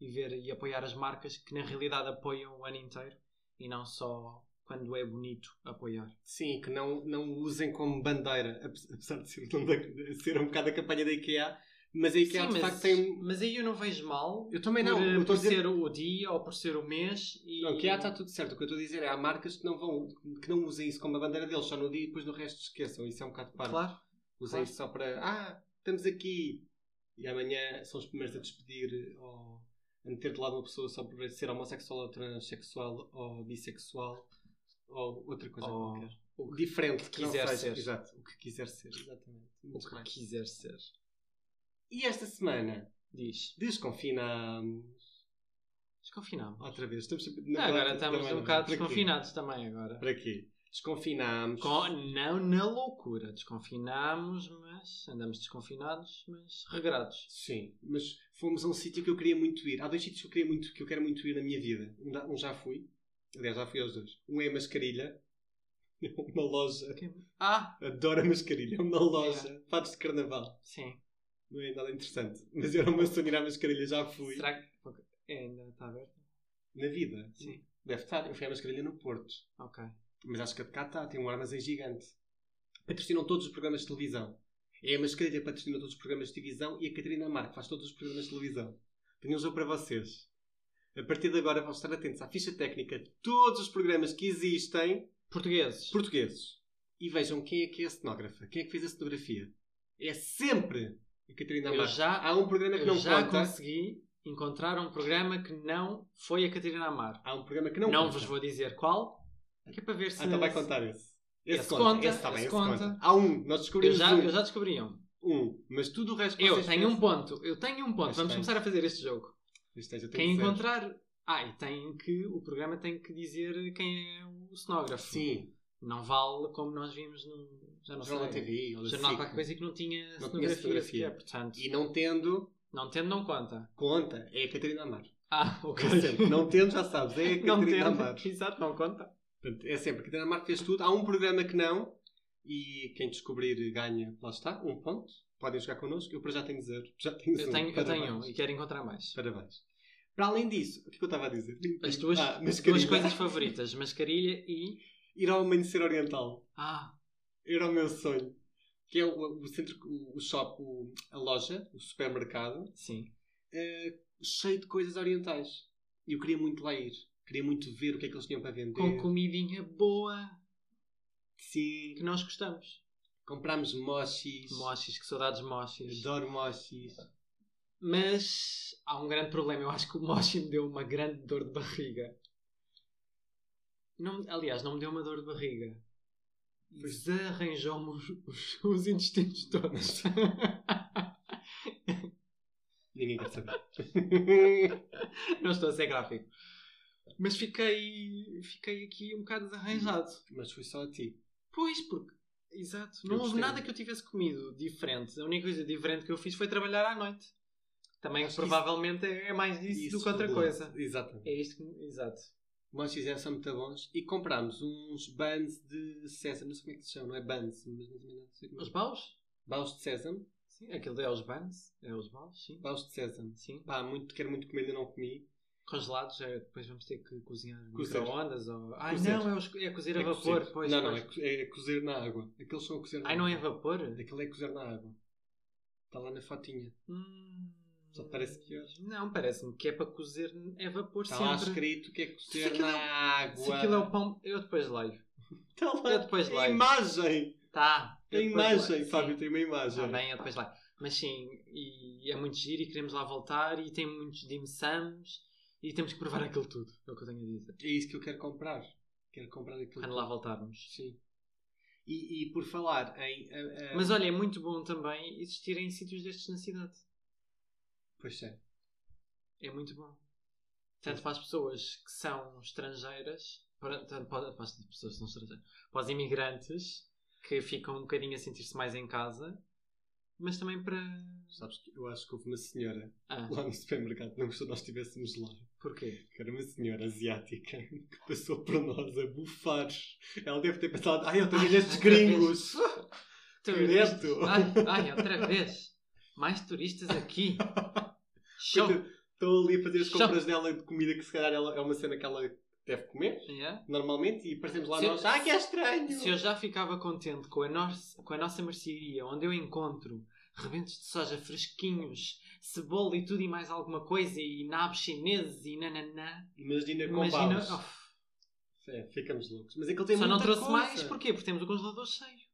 [SPEAKER 2] e ver e apoiar as marcas que na realidade apoiam o ano inteiro e não só quando é bonito apoiar.
[SPEAKER 3] Sim, que não, não o usem como bandeira, [laughs] ape- apesar de ser, o nome da- de ser um bocado a campanha da IKEA. Mas a IKEA de
[SPEAKER 2] mas,
[SPEAKER 3] facto tem.
[SPEAKER 2] mas aí eu não vejo mal
[SPEAKER 3] Eu também
[SPEAKER 2] por, eh,
[SPEAKER 3] não. eu
[SPEAKER 2] por,
[SPEAKER 3] estou a dizer-
[SPEAKER 2] ser o dia ou por ser o mês e
[SPEAKER 3] Não, que há está tudo certo. O que eu estou a dizer é há marcas que não, vão, que não usem isso como a bandeira deles só no dia e depois no resto esqueçam. Isso é um bocado parvo.
[SPEAKER 2] claro.
[SPEAKER 3] usem
[SPEAKER 2] claro.
[SPEAKER 3] isso só para. Ah, estamos aqui! E amanhã são os primeiros a despedir ou a meter de lado uma pessoa só por ser homossexual ou transexual ou bissexual ou outra coisa
[SPEAKER 2] Ou
[SPEAKER 3] qualquer. Diferente
[SPEAKER 2] que
[SPEAKER 3] não
[SPEAKER 2] quiser
[SPEAKER 3] seja-
[SPEAKER 2] ser.
[SPEAKER 3] Exato, o que quiser ser. Exatamente.
[SPEAKER 2] O
[SPEAKER 3] Muito
[SPEAKER 2] que
[SPEAKER 3] bem.
[SPEAKER 2] quiser ser.
[SPEAKER 3] E esta semana
[SPEAKER 2] Diz.
[SPEAKER 3] desconfinamos
[SPEAKER 2] Desconfinamos.
[SPEAKER 3] outra vez. Estamos sempre-
[SPEAKER 2] Não,
[SPEAKER 3] na verdade,
[SPEAKER 2] agora estamos
[SPEAKER 3] também
[SPEAKER 2] um
[SPEAKER 3] não.
[SPEAKER 2] bocado
[SPEAKER 3] Para quê?
[SPEAKER 2] desconfinados também agora.
[SPEAKER 3] Para quê? Desconfinamos.
[SPEAKER 2] Com- não na loucura. Desconfinamos, mas andamos desconfinados, mas regrados.
[SPEAKER 3] Sim, mas fomos a um sítio que eu queria muito ir. Há dois sítios que eu, queria muito, que eu quero muito ir na minha vida. Um, da- um já fui. Aliás, já fui aos dois. Um é Mascarilha. [laughs] É uma loja.
[SPEAKER 2] Ah!
[SPEAKER 3] Adoro a Mascarilha. É uma loja. Fatos de carnaval.
[SPEAKER 2] Sim.
[SPEAKER 3] Não é nada interessante. Mas era uma sonhar à Mascarilha. Já fui.
[SPEAKER 2] Será que ok, ainda está aberto?
[SPEAKER 3] Na vida.
[SPEAKER 2] Sim.
[SPEAKER 3] Deve estar. Eu fui à Mascarilha no Porto.
[SPEAKER 2] Ok.
[SPEAKER 3] Mas acho que a de cá está. Tem um armazém gigante. Patrocinam todos os programas de televisão. É a Mascarilha que patrocina todos os programas de televisão e a Catarina Marco faz todos os programas de televisão. Tenho um jogo para vocês. A partir de agora vão estar atentos à ficha técnica de todos os programas que existem
[SPEAKER 2] Portugueses.
[SPEAKER 3] portugueses. e vejam quem é que é a cenógrafa, quem é que fez a cenografia. É sempre a Catarina
[SPEAKER 2] Eu
[SPEAKER 3] Amaro.
[SPEAKER 2] já-
[SPEAKER 3] Há um programa que
[SPEAKER 2] Eu
[SPEAKER 3] não
[SPEAKER 2] já
[SPEAKER 3] conta.
[SPEAKER 2] consegui encontrar um programa que não foi a Catarina Amar.
[SPEAKER 3] Há um programa que não,
[SPEAKER 2] Não,
[SPEAKER 3] conta.
[SPEAKER 2] vos vou dizer qual, que é para ver se.
[SPEAKER 3] Ah, então vai contar esse. Esse,
[SPEAKER 2] Esse
[SPEAKER 3] conta,
[SPEAKER 2] conta,
[SPEAKER 3] Esse, tá bem,
[SPEAKER 2] esse
[SPEAKER 3] esse conta.
[SPEAKER 2] conta.
[SPEAKER 3] Há um, nós
[SPEAKER 2] Eu
[SPEAKER 3] descobrimos
[SPEAKER 2] já,
[SPEAKER 3] um,
[SPEAKER 2] eu já descobri um.
[SPEAKER 3] um, mas tudo o resto
[SPEAKER 2] Eu
[SPEAKER 3] vocês
[SPEAKER 2] tenho um
[SPEAKER 3] pensam.
[SPEAKER 2] ponto. Eu tenho um ponto.
[SPEAKER 3] Mas
[SPEAKER 2] Vamos
[SPEAKER 3] tens.
[SPEAKER 2] começar a fazer este jogo.
[SPEAKER 3] Isto é, já tem
[SPEAKER 2] Quem
[SPEAKER 3] que ser.
[SPEAKER 2] encontrar. Ah, e tem que. O programa tem que dizer quem é o cenógrafo.
[SPEAKER 3] Sim,
[SPEAKER 2] Não vale como nós vimos no. Já não
[SPEAKER 3] jornal da
[SPEAKER 2] sei.
[SPEAKER 3] TV, ou da
[SPEAKER 2] Jornal
[SPEAKER 3] SIC.
[SPEAKER 2] qualquer coisa que não tinha
[SPEAKER 3] Não tinha
[SPEAKER 2] cenografia,
[SPEAKER 3] cenografia.
[SPEAKER 2] sequer, portanto.
[SPEAKER 3] E não tendo,
[SPEAKER 2] Não tendo, não conta.
[SPEAKER 3] conta, é a Catarina
[SPEAKER 2] [laughs]
[SPEAKER 3] Amaro. [laughs]
[SPEAKER 2] Ah, ok.
[SPEAKER 3] É sempre. não tendo, já sabes, é a
[SPEAKER 2] [laughs] Não
[SPEAKER 3] Catarina
[SPEAKER 2] tendo.
[SPEAKER 3] Amaro.
[SPEAKER 2] Exato, não conta.
[SPEAKER 3] Portanto, é sempre a Catarina Amaro fez tudo. Há um programa que não, e quem descobrir ganha, lá está, um ponto. Podem jogar connosco, eu para já tenho zero. Já tenho
[SPEAKER 2] Eu
[SPEAKER 3] zero.
[SPEAKER 2] tenho, eu
[SPEAKER 3] Parabéns.
[SPEAKER 2] tenho um e quero encontrar mais.
[SPEAKER 3] Parabéns. Para além disso, o que é que eu estava a dizer?
[SPEAKER 2] As tuas
[SPEAKER 3] Ah, mas
[SPEAKER 2] duas
[SPEAKER 3] querida,
[SPEAKER 2] coisas favoritas, mascarilha e.
[SPEAKER 3] [laughs] Ir ao amanhecer oriental.
[SPEAKER 2] Ah,
[SPEAKER 3] era o meu sonho. Que é o, o centro, o, o shop, o- a loja, o supermercado,
[SPEAKER 2] sim.
[SPEAKER 3] eh, cheio de coisas orientais. E eu queria muito lá ir. Queria muito ver o que é que eles tinham para vender.
[SPEAKER 2] Com comidinha boa
[SPEAKER 3] Sim.
[SPEAKER 2] que nós gostamos.
[SPEAKER 3] Comprámos mochis.
[SPEAKER 2] Mochis, que saudades de mochis.
[SPEAKER 3] Adoro mochis.
[SPEAKER 2] Mas há um grande problema. Eu acho que o mochi me deu uma grande dor de barriga. Não- aliás, não me deu uma dor de barriga. Desarranjou-me os, os- os intestinos todos.
[SPEAKER 3] Ninguém quer saber.
[SPEAKER 2] [laughs] [laughs] não estou a ser gráfico. Mas fiquei, fiquei aqui um bocado desarranjado.
[SPEAKER 3] Mas foi só a ti.
[SPEAKER 2] Pois, porque. Exato.
[SPEAKER 3] Eu
[SPEAKER 2] Não houve
[SPEAKER 3] gostei.
[SPEAKER 2] nada que eu tivesse comido diferente. A única coisa diferente que eu fiz foi trabalhar à noite. Também
[SPEAKER 3] Acho que
[SPEAKER 2] provavelmente é mais disso do que outra
[SPEAKER 3] rodou.
[SPEAKER 2] coisa.
[SPEAKER 3] Exatamente.
[SPEAKER 2] É isto que. Exato.
[SPEAKER 3] Mochis eram são muito bons. E comprámos uns buns de sésamo. Não sei como é que se chama, não é buns, mas não sei- não sei como é.
[SPEAKER 2] Os baús?
[SPEAKER 3] Baus de sésamo.
[SPEAKER 2] Sim. Aquilo é os bans? É os baús? Sim.
[SPEAKER 3] Baus de sésamo.
[SPEAKER 2] Sim.
[SPEAKER 3] Pá, muito, quero muito comer, ainda não comi.
[SPEAKER 2] Congelados, é, depois vamos ter que cozinhar no
[SPEAKER 3] Cozer.
[SPEAKER 2] micro-ondas ou. Ai
[SPEAKER 3] Cozer.
[SPEAKER 2] não, é, os, é cozer a
[SPEAKER 3] É
[SPEAKER 2] vapor.
[SPEAKER 3] cozer.
[SPEAKER 2] Pois,
[SPEAKER 3] não,
[SPEAKER 2] pois.
[SPEAKER 3] não, é, co- é cozer na água. Aqueles são a cozer na
[SPEAKER 2] Ai,
[SPEAKER 3] água.
[SPEAKER 2] não é vapor?
[SPEAKER 3] Aquele é cozer na água. Está lá na fotinha.
[SPEAKER 2] Hum...
[SPEAKER 3] Só parece que é.
[SPEAKER 2] Não, parece-me que é para cozer. É vapor
[SPEAKER 3] Está lá
[SPEAKER 2] sempre.
[SPEAKER 3] escrito que é
[SPEAKER 2] Se
[SPEAKER 3] cozer
[SPEAKER 2] aquilo
[SPEAKER 3] na
[SPEAKER 2] é o-
[SPEAKER 3] água.
[SPEAKER 2] Se aquilo é o pão, eu depois leio.
[SPEAKER 3] Está lá.
[SPEAKER 2] eu depois
[SPEAKER 3] a
[SPEAKER 2] leio.
[SPEAKER 3] imagem.
[SPEAKER 2] Tá.
[SPEAKER 3] A imagem, Fábio,
[SPEAKER 2] Fábio.
[SPEAKER 3] tem uma imagem.
[SPEAKER 2] Está Tá bem, eu depois lá. Mas sim, e é muito giro e queremos lá voltar e tem muitos dim sums e temos que provar aquilo tudo. É o que eu tenho a dizer.
[SPEAKER 3] é isso que eu quero comprar. Quero comprar aquilo.
[SPEAKER 2] Quando lá voltarmos.
[SPEAKER 3] Sim. E, e por falar em. a- a-
[SPEAKER 2] Mas olha, é muito bom também existirem sítios destes na cidade.
[SPEAKER 3] Pois é.
[SPEAKER 2] É muito bom. Tanto para as pessoas que são estrangeiras, para, tanto para, para as pessoas que são estrangeiras, para os imigrantes que ficam um bocadinho a sentir-se mais em casa, mas também para.
[SPEAKER 3] Sabes que eu acho que houve uma senhora
[SPEAKER 2] Ah,
[SPEAKER 3] lá no supermercado, não gostou de nós estivéssemos lá.
[SPEAKER 2] porquê?
[SPEAKER 3] que era uma senhora asiática [laughs] que passou por nós a bufar. Ela deve ter pensado, ai, eu também
[SPEAKER 2] [laughs]
[SPEAKER 3] estes
[SPEAKER 2] outra vez.
[SPEAKER 3] gringos.
[SPEAKER 2] [laughs] Turistas.
[SPEAKER 3] Direto.
[SPEAKER 2] Ai, ai, outra vez! Mais turistas aqui! Show!
[SPEAKER 3] Estou ali a fazer as
[SPEAKER 2] Só-
[SPEAKER 3] compras dela de comida que se calhar ela, é uma cena que ela deve comer,
[SPEAKER 2] Yeah.
[SPEAKER 3] normalmente, e parecemos lá
[SPEAKER 2] Se eu-
[SPEAKER 3] nós, ah, que é estranho.
[SPEAKER 2] Se eu já ficava contente com a, nossa, com a nossa mercearia, onde eu encontro rebentos de soja fresquinhos, cebola e tudo e mais alguma coisa, e nabos chineses e nananã,
[SPEAKER 3] Imagina com
[SPEAKER 2] imagina.
[SPEAKER 3] balas.
[SPEAKER 2] Oh,
[SPEAKER 3] É, ficamos loucos. Mas é que ele tem
[SPEAKER 2] só
[SPEAKER 3] muita
[SPEAKER 2] não trouxe
[SPEAKER 3] coisa.
[SPEAKER 2] mais, porquê? Porque temos o congelador cheio.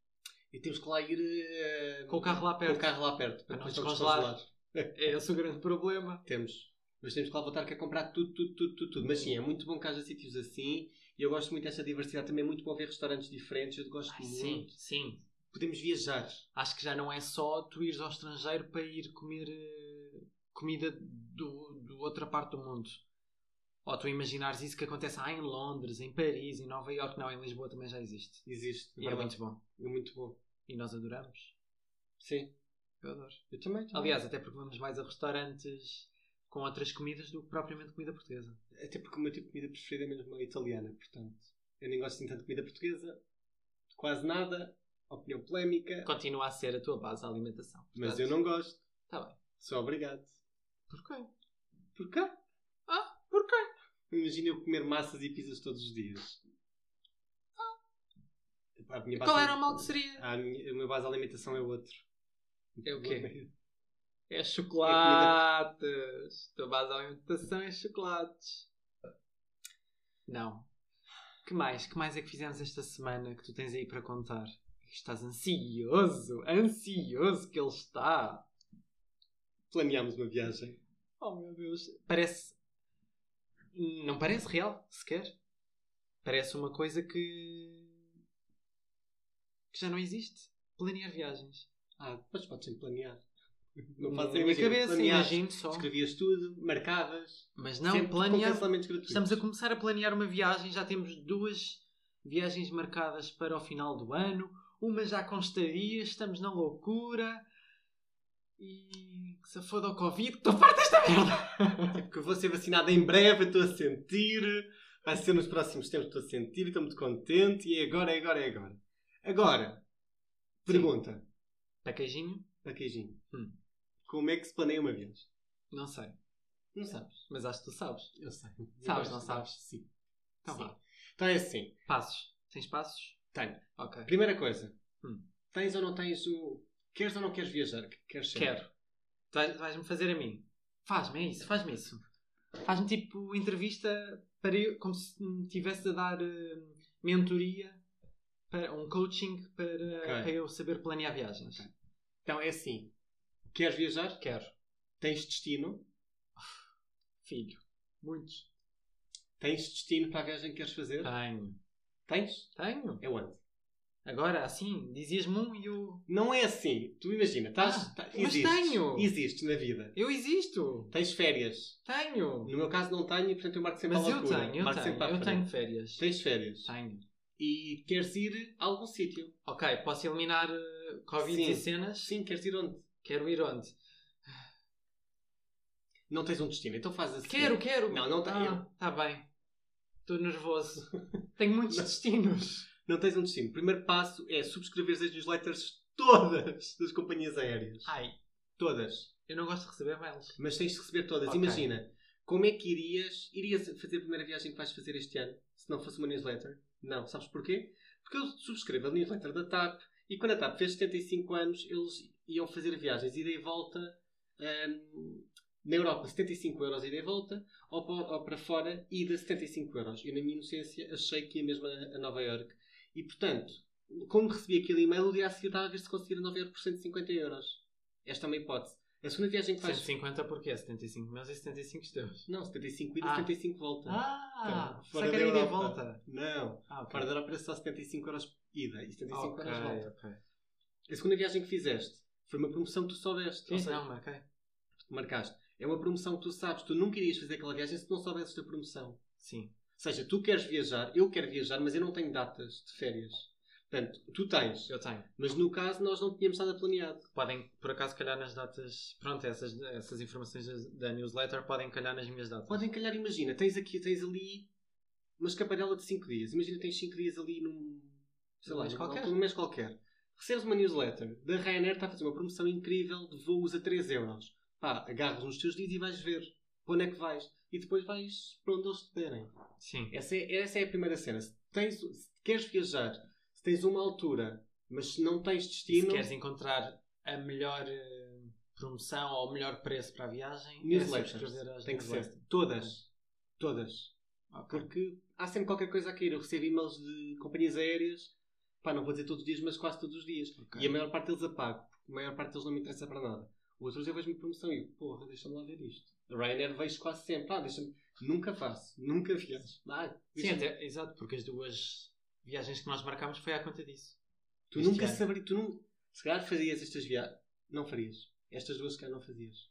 [SPEAKER 3] E temos que lá ir... eh,
[SPEAKER 2] Com o carro lá
[SPEAKER 3] Com o
[SPEAKER 2] perto. Ah,
[SPEAKER 3] carro lá perto.
[SPEAKER 2] Para não
[SPEAKER 3] depois
[SPEAKER 2] descongelar.
[SPEAKER 3] descongelar.
[SPEAKER 2] É esse o grande problema.
[SPEAKER 3] Temos. Mas temos que lá voltar que é comprar tudo, tudo, tudo, tudo, tudo. Mas sim, é muito bom que haja sítios assim. E eu gosto muito desta diversidade. Também é muito bom ver restaurantes diferentes. Eu gosto
[SPEAKER 2] Ai,
[SPEAKER 3] muito.
[SPEAKER 2] Ah, sim, sim.
[SPEAKER 3] Podemos viajar.
[SPEAKER 2] Acho que já não é só tu ires ao estrangeiro para ir comer eh, comida do, do outra parte do mundo. Ou tu imaginares isso que acontece ah, em Londres, em Paris, em Nova Iorque, não, em Lisboa também já existe.
[SPEAKER 3] Existe.
[SPEAKER 2] E é muito bom.
[SPEAKER 3] é muito bom.
[SPEAKER 2] E nós adoramos.
[SPEAKER 3] Sim.
[SPEAKER 2] Eu adoro.
[SPEAKER 3] Eu também. também.
[SPEAKER 2] Aliás, até porque vamos mais a restaurantes com outras comidas do que propriamente comida portuguesa.
[SPEAKER 3] Até porque o meu tipo de comida preferida é mesmo a italiana. Portanto, eu nem gosto assim tanto de comida portuguesa. Quase nada. Opinião polémica.
[SPEAKER 2] Continua a ser a tua base a alimentação.
[SPEAKER 3] Mas eu não gosto.
[SPEAKER 2] Tá bem.
[SPEAKER 3] Só obrigado.
[SPEAKER 2] Porquê?
[SPEAKER 3] Porquê?
[SPEAKER 2] Ah, Porquê?
[SPEAKER 3] Imagina eu comer massas e pizzas todos os dias. Ah. A minha
[SPEAKER 2] Qual
[SPEAKER 3] base-
[SPEAKER 2] era o mal que seria?
[SPEAKER 3] A minha, a minha base de alimentação é outro.
[SPEAKER 2] É o quê?
[SPEAKER 3] É
[SPEAKER 2] É chocolates. A tua base de alimentação é chocolates. Não. Que mais? Que mais é que fizemos esta semana que tu tens aí para contar? Estás ansioso, ansioso que ele está.
[SPEAKER 3] Planeámos uma viagem.
[SPEAKER 2] Oh meu Deus. Parece. Não parece real, sequer. Parece uma coisa que. que já não existe. Planear viagens.
[SPEAKER 3] Ah, mas podes sempre planear. Não
[SPEAKER 2] Na
[SPEAKER 3] faz
[SPEAKER 2] minha cabeça, imagino só.
[SPEAKER 3] Escrevias tudo, marcavas.
[SPEAKER 2] Mas não,
[SPEAKER 3] sempre com
[SPEAKER 2] planear.
[SPEAKER 3] cancelamentos gratuitos.
[SPEAKER 2] Estamos a começar a planear uma viagem, já temos duas viagens marcadas para o final do ano, uma já com estadia, estamos na loucura. E que se foda o Covid, estou farta desta merda!
[SPEAKER 3] É que vou ser vacinada em breve, eu estou a sentir, vai ser nos próximos tempos, estou a sentir, estou muito contente e é agora, é agora, é agora. Agora, pergunta,
[SPEAKER 2] Paquejinho?
[SPEAKER 3] para queijinho,
[SPEAKER 2] Hum.
[SPEAKER 3] como é que se planeia uma viagem?
[SPEAKER 2] Não sei,
[SPEAKER 3] Não sabes?
[SPEAKER 2] mas acho que tu sabes.
[SPEAKER 3] Eu sei.
[SPEAKER 2] Sabes,
[SPEAKER 3] Eu
[SPEAKER 2] não
[SPEAKER 3] gosto,
[SPEAKER 2] sabes?
[SPEAKER 3] Sim.
[SPEAKER 2] Então
[SPEAKER 3] Sim.
[SPEAKER 2] vá.
[SPEAKER 3] Então é assim,
[SPEAKER 2] Passos. Tens passos?
[SPEAKER 3] tenho.
[SPEAKER 2] Ok.
[SPEAKER 3] Primeira coisa,
[SPEAKER 2] Hum.
[SPEAKER 3] tens ou não tens o... Queres ou não queres viajar? Queres sempre?
[SPEAKER 2] Quero. Tu vais- vais-me fazer a mim. Faz-me é isso, faz-me isso. Faz-me tipo entrevista para eu, como se me estivesse a dar eh, mentoria, para, um coaching para, para eu saber planear viagens.
[SPEAKER 3] Então é assim, queres viajar?
[SPEAKER 2] Quero.
[SPEAKER 3] Tens destino?
[SPEAKER 2] Filho. Muitos.
[SPEAKER 3] Tens destino para a viagem que queres fazer?
[SPEAKER 2] Tenho.
[SPEAKER 3] Tens?
[SPEAKER 2] Tenho.
[SPEAKER 3] É onde?
[SPEAKER 2] Agora, assim, dizias-me um e eu.
[SPEAKER 3] Não é assim. Tu imagina, estás.
[SPEAKER 2] Ah,
[SPEAKER 3] tá-
[SPEAKER 2] mas tenho.
[SPEAKER 3] Existes na vida.
[SPEAKER 2] Eu existo!
[SPEAKER 3] Tens férias.
[SPEAKER 2] Tenho!
[SPEAKER 3] No meu caso não tenho e portanto eu marco sempre
[SPEAKER 2] Mas
[SPEAKER 3] a
[SPEAKER 2] eu
[SPEAKER 3] loucura.
[SPEAKER 2] tenho, eu
[SPEAKER 3] marco
[SPEAKER 2] tenho.
[SPEAKER 3] sempre à
[SPEAKER 2] Eu
[SPEAKER 3] frente.
[SPEAKER 2] tenho Ah. férias.
[SPEAKER 3] Tens férias.
[SPEAKER 2] Tenho.
[SPEAKER 3] E queres ir a algum sítio.
[SPEAKER 2] Ok, posso eliminar eh, Covid
[SPEAKER 3] Sim.
[SPEAKER 2] e cenas?
[SPEAKER 3] Sim, queres ir onde?
[SPEAKER 2] Quero ir onde?
[SPEAKER 3] Não tens um destino, então faz assim.
[SPEAKER 2] Quero, quero!
[SPEAKER 3] Não, não tenho.
[SPEAKER 2] Ah, tá bem. Estou nervoso. Tenho muitos destinos.
[SPEAKER 3] Não tens um destino. O primeiro passo é subscrever as newsletters todas [laughs] das companhias aéreas.
[SPEAKER 2] Ai,
[SPEAKER 3] Todas.
[SPEAKER 2] eu não gosto de receber mails.
[SPEAKER 3] Mas tens de receber todas.
[SPEAKER 2] Ok.
[SPEAKER 3] Imagina, como é que irias. Irias fazer a primeira viagem que vais fazer este ano? Se não fosse uma newsletter? Não. Sabes porquê? Porque eu subscrevo a newsletter da TAP e quando a TAP fez 75 anos, eles iam fazer viagens ida e volta hum, na Europa, 75 euros ida e volta, ou para, ou para fora, ida 75 euros. Eu, na minha inocência, achei que ia mesmo a, a Nova Iorque. E, portanto, como recebi aquele e-mail, o dia a seguir estava a ver se conseguia a Nova Iorque por 150 euros. Esta é uma hipótese. A segunda viagem que faz
[SPEAKER 2] 150 porquê? 75 meus e 75 teus.
[SPEAKER 3] não, 75 ida,
[SPEAKER 2] Ah.
[SPEAKER 3] 75 volta.
[SPEAKER 2] Ah!
[SPEAKER 3] Então, fora
[SPEAKER 2] Saca
[SPEAKER 3] da
[SPEAKER 2] ida e
[SPEAKER 3] Europa.
[SPEAKER 2] volta.
[SPEAKER 3] Não.
[SPEAKER 2] Ah, ok.
[SPEAKER 3] Para dar a preço só 75 euros ida e 75
[SPEAKER 2] Ok,
[SPEAKER 3] euros volta.
[SPEAKER 2] ok.
[SPEAKER 3] A segunda viagem que fizeste foi uma promoção que tu soubeste. ou
[SPEAKER 2] Sim,
[SPEAKER 3] seja,
[SPEAKER 2] não, mas ok.
[SPEAKER 3] marcaste. É uma promoção que tu sabes. Tu nunca irias fazer aquela viagem se não soubesses da promoção. Ou
[SPEAKER 2] Sim.
[SPEAKER 3] seja, tu queres viajar, eu quero viajar, mas eu não tenho datas de férias. Portanto, tu tens.
[SPEAKER 2] Eu tenho.
[SPEAKER 3] Mas no caso, nós não tínhamos nada planeado.
[SPEAKER 2] Podem, por acaso, calhar nas datas. Pronto, essas, essas informações da- da newsletter podem calhar nas minhas datas.
[SPEAKER 3] Podem calhar, imagina, tens aqui, tens ali uma escaparela de 5 dias. Imagina, tens 5 dias ali num. sei
[SPEAKER 2] Num
[SPEAKER 3] lá,
[SPEAKER 2] mês
[SPEAKER 3] num-
[SPEAKER 2] qualquer.
[SPEAKER 3] num mês qualquer. Recebes uma newsletter da Ryanair, está a fazer uma promoção incrível de voos a 3 euros. Pá, agarras nos teus dias e vais ver para onde é que vais. E depois vais para onde eles te derem.
[SPEAKER 2] Sim.
[SPEAKER 3] Essa é, essa é a primeira cena. Se, tens, se queres viajar, se tens uma altura, mas se não tens
[SPEAKER 2] E
[SPEAKER 3] destino,
[SPEAKER 2] se queres é encontrar a melhor eh, promoção ou o melhor preço para a viagem,
[SPEAKER 3] Newsletters.
[SPEAKER 2] é subscrever as
[SPEAKER 3] tem que ser.
[SPEAKER 2] newsletters.
[SPEAKER 3] Todas. Todas.
[SPEAKER 2] Ok.
[SPEAKER 3] Porque há sempre qualquer coisa a cair. Eu recebo e-mails de companhias aéreas, pá, não vou dizer todos os dias, mas quase todos os dias.
[SPEAKER 2] Ok.
[SPEAKER 3] E a maior parte deles apago, porque a maior parte deles não me interessa para nada. Outros eu vejo-me promoção e eu, porra, deixa-me lá ver isto. A Ryanair vejo quase sempre, ah, deixa-me. Nunca faço, nunca viajo. Ah,
[SPEAKER 2] Sim,
[SPEAKER 3] deixa-me.
[SPEAKER 2] até, exato, porque as duas viagens que nós marcámos foi à conta disso.
[SPEAKER 3] Tu
[SPEAKER 2] Este
[SPEAKER 3] nunca
[SPEAKER 2] ano.
[SPEAKER 3] saberias, tu não... se calhar fazias estas viagens. Não farias. Estas duas, se calhar, não fazias.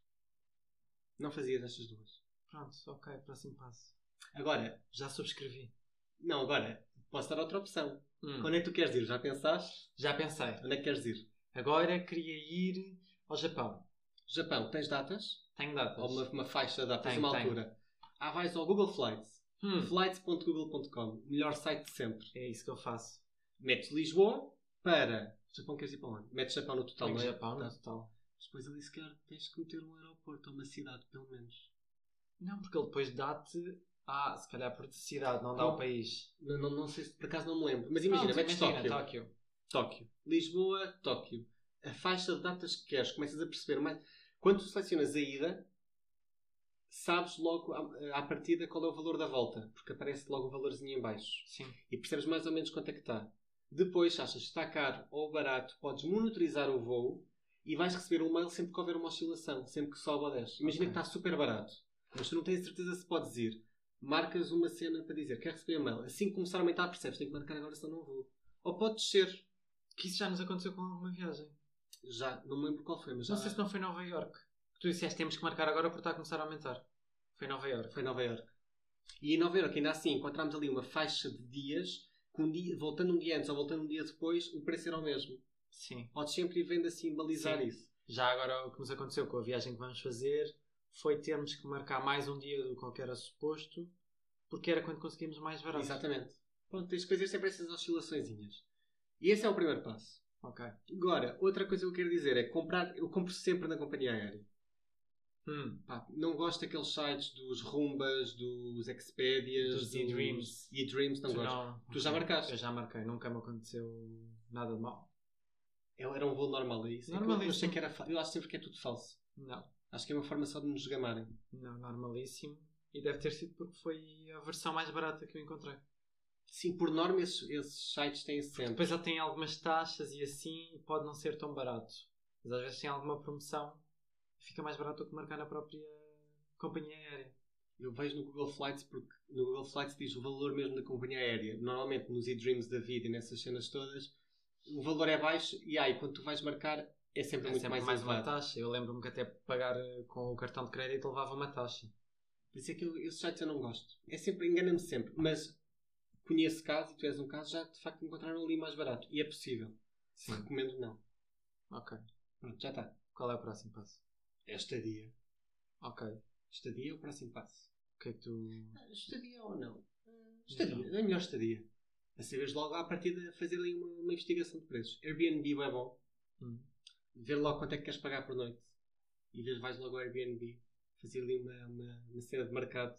[SPEAKER 3] Não fazias estas duas.
[SPEAKER 2] Pronto, ok, próximo passo.
[SPEAKER 3] Agora,
[SPEAKER 2] Já subscrevi.
[SPEAKER 3] não, agora, posso dar outra opção.
[SPEAKER 2] Hum,
[SPEAKER 3] Onde é que tu queres ir? Já pensaste?
[SPEAKER 2] Já pensei.
[SPEAKER 3] Onde é que queres ir?
[SPEAKER 2] Agora queria ir ao Japão.
[SPEAKER 3] Japão, tens datas?
[SPEAKER 2] Tenho datas.
[SPEAKER 3] Ou uma, uma faixa de datas,
[SPEAKER 2] Tenho,
[SPEAKER 3] uma
[SPEAKER 2] tenho.
[SPEAKER 3] altura? Ah, vais ao Google Flights.
[SPEAKER 2] Hum,
[SPEAKER 3] Flights.google.com, melhor site de sempre.
[SPEAKER 2] É isso que eu faço.
[SPEAKER 3] Metes Lisboa para. Japão queres ir para onde? Metes Japão no total,
[SPEAKER 2] Tenho
[SPEAKER 3] não é?
[SPEAKER 2] Japão no
[SPEAKER 3] Tá.
[SPEAKER 2] total.
[SPEAKER 3] Depois ali, se calhar, tens que meter um aeroporto ou uma cidade, pelo menos.
[SPEAKER 2] Não, porque ele depois dá-te. Ah, se calhar por cidade, não dá
[SPEAKER 3] Não.
[SPEAKER 2] o país.
[SPEAKER 3] Não, não, não sei se por acaso não me lembro. Mas imagina,
[SPEAKER 2] Pronto,
[SPEAKER 3] metes Tóquio.
[SPEAKER 2] Tóquio.
[SPEAKER 3] Tóquio. Lisboa, Tóquio. A faixa de datas que queres, começas a perceber. Mas quando tu selecionas a ida, sabes logo à, à partida qual é o valor da volta, porque aparece logo o valorzinho em baixo.
[SPEAKER 2] Sim.
[SPEAKER 3] E percebes mais ou menos quanto é que está. Depois, se achas que está caro ou barato, podes monitorizar o voo e vais receber um mail sempre que houver uma oscilação, sempre que sobe ou desce. Imagina
[SPEAKER 2] Ok.
[SPEAKER 3] que está super barato, mas tu não tens certeza se podes ir. Marcas uma cena para dizer, quer receber um mail. Assim que começar a aumentar, percebes, tenho que marcar agora, senão não vou. Ou pode descer.
[SPEAKER 2] Que isso já nos aconteceu com alguma viagem.
[SPEAKER 3] Já, não me lembro qual foi, mas já
[SPEAKER 2] Não sei se não foi Nova York. Tu disseste temos que marcar agora porque está a começar a aumentar. Foi Nova York.
[SPEAKER 3] foi Nova Iorque. E em Nova Iorque, ainda assim, encontramos ali uma faixa de dias, que um dia, voltando um dia antes ou voltando um dia depois, o preço era o mesmo.
[SPEAKER 2] Sim.
[SPEAKER 3] Podes sempre ir vendo assim, balizar
[SPEAKER 2] Sim.
[SPEAKER 3] isso.
[SPEAKER 2] Já agora o que nos aconteceu com a viagem que vamos fazer foi termos que marcar mais um dia do que era suposto porque era quando conseguimos mais barato.
[SPEAKER 3] Exatamente. Pronto, tens que fazer sempre essas oscilaçõezinhas. E esse é o primeiro passo.
[SPEAKER 2] Ok.
[SPEAKER 3] Agora, outra coisa que eu quero dizer é comprar, eu compro sempre na companhia aérea.
[SPEAKER 2] Hum.
[SPEAKER 3] Pá, não gosto daqueles sites dos Rumbas, dos Expedias,
[SPEAKER 2] Dos eDreams.
[SPEAKER 3] eDreams, não
[SPEAKER 2] Tu
[SPEAKER 3] gosto.
[SPEAKER 2] não-
[SPEAKER 3] Tu já marcaste?
[SPEAKER 2] Eu já marquei. Nunca me aconteceu nada de mal.
[SPEAKER 3] É- Era um voo normal, é isso? É que eu- eu,
[SPEAKER 2] Normalíssimo.
[SPEAKER 3] achei que era fa- eu acho sempre que é tudo falso.
[SPEAKER 2] Não.
[SPEAKER 3] Acho que é uma forma só de nos gamarem.
[SPEAKER 2] Não, normalíssimo. E deve ter sido porque foi a versão mais barata que eu encontrei.
[SPEAKER 3] Sim, por norma esses, esses sites têm sempre.
[SPEAKER 2] Depois já tem algumas taxas e assim e pode não ser tão barato. Mas às vezes tem alguma promoção e fica mais barato do que marcar na própria companhia aérea.
[SPEAKER 3] Eu vejo no Google Flights porque no Google Flights diz o valor mesmo da companhia aérea. Normalmente nos e-dreams da vida e nessas cenas todas, o valor é baixo e aí quando tu vais marcar é sempre
[SPEAKER 2] É
[SPEAKER 3] muito
[SPEAKER 2] sempre
[SPEAKER 3] mais,
[SPEAKER 2] mais, uma
[SPEAKER 3] elevado.
[SPEAKER 2] taxa. Eu lembro-me que até pagar eh, com o cartão de crédito levava uma taxa.
[SPEAKER 3] Por isso é que eu, esses sites eu não gosto. É sempre, engana-me sempre. Mas conheço caso, e tu és um caso, já de facto encontraram ali mais barato. E é possível.
[SPEAKER 2] Sim.
[SPEAKER 3] Recomendo não.
[SPEAKER 2] ok.
[SPEAKER 3] Pronto, já está.
[SPEAKER 2] Qual é o próximo passo?
[SPEAKER 3] É estadia.
[SPEAKER 2] Ok. O
[SPEAKER 3] Estadia é o próximo passo.
[SPEAKER 2] que é que tu.
[SPEAKER 3] Estadia ou não?
[SPEAKER 2] Não.
[SPEAKER 3] Estadia, é melhor estadia. A saberes logo à partida fazer ali uma, uma investigação de preços. Airbnb é bom.
[SPEAKER 2] Hum.
[SPEAKER 3] Ver logo quanto é que queres pagar por noite. E ver, vais logo ao Airbnb. Fazer ali uma, uma, uma cena de mercado.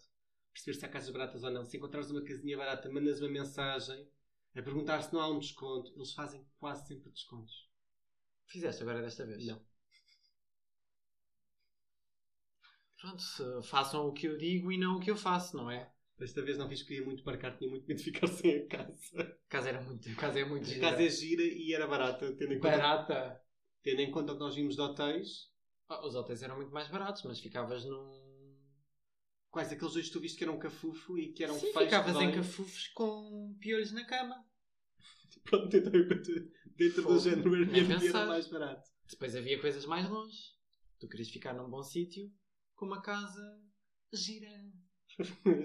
[SPEAKER 3] Perceber se há casas baratas ou não. Se encontrares uma casinha barata, mandas uma mensagem a perguntar se não há um desconto. Eles fazem quase sempre descontos.
[SPEAKER 2] Fizeste agora desta vez?
[SPEAKER 3] Não.
[SPEAKER 2] Pronto, se- façam o que eu digo e não o que eu faço, não é?
[SPEAKER 3] Desta vez não fiz queria muito marcar, tinha muito medo de ficar [laughs] sem a casa.
[SPEAKER 2] A casa era muito. A casa é muito.
[SPEAKER 3] A
[SPEAKER 2] gira.
[SPEAKER 3] casa é gira e era barata, tendo em conta,
[SPEAKER 2] barata.
[SPEAKER 3] tendo em conta o que nós vimos de hotéis.
[SPEAKER 2] Ah, os hotéis eram muito mais baratos, mas ficavas num.
[SPEAKER 3] Quais aqueles dois que tu viste que eram cafufo e que eram
[SPEAKER 2] Sim,
[SPEAKER 3] feios
[SPEAKER 2] ficavas
[SPEAKER 3] de
[SPEAKER 2] em
[SPEAKER 3] banho?
[SPEAKER 2] cafufos com piolhos na cama.
[SPEAKER 3] [laughs] Pronto, então eu continuo. dentro
[SPEAKER 2] Fogo.
[SPEAKER 3] do género
[SPEAKER 2] Nem
[SPEAKER 3] Airbnb era
[SPEAKER 2] pensar.
[SPEAKER 3] mais barato. [laughs]
[SPEAKER 2] Depois havia coisas mais longe. Tu querias ficar num bom sítio com uma casa gira,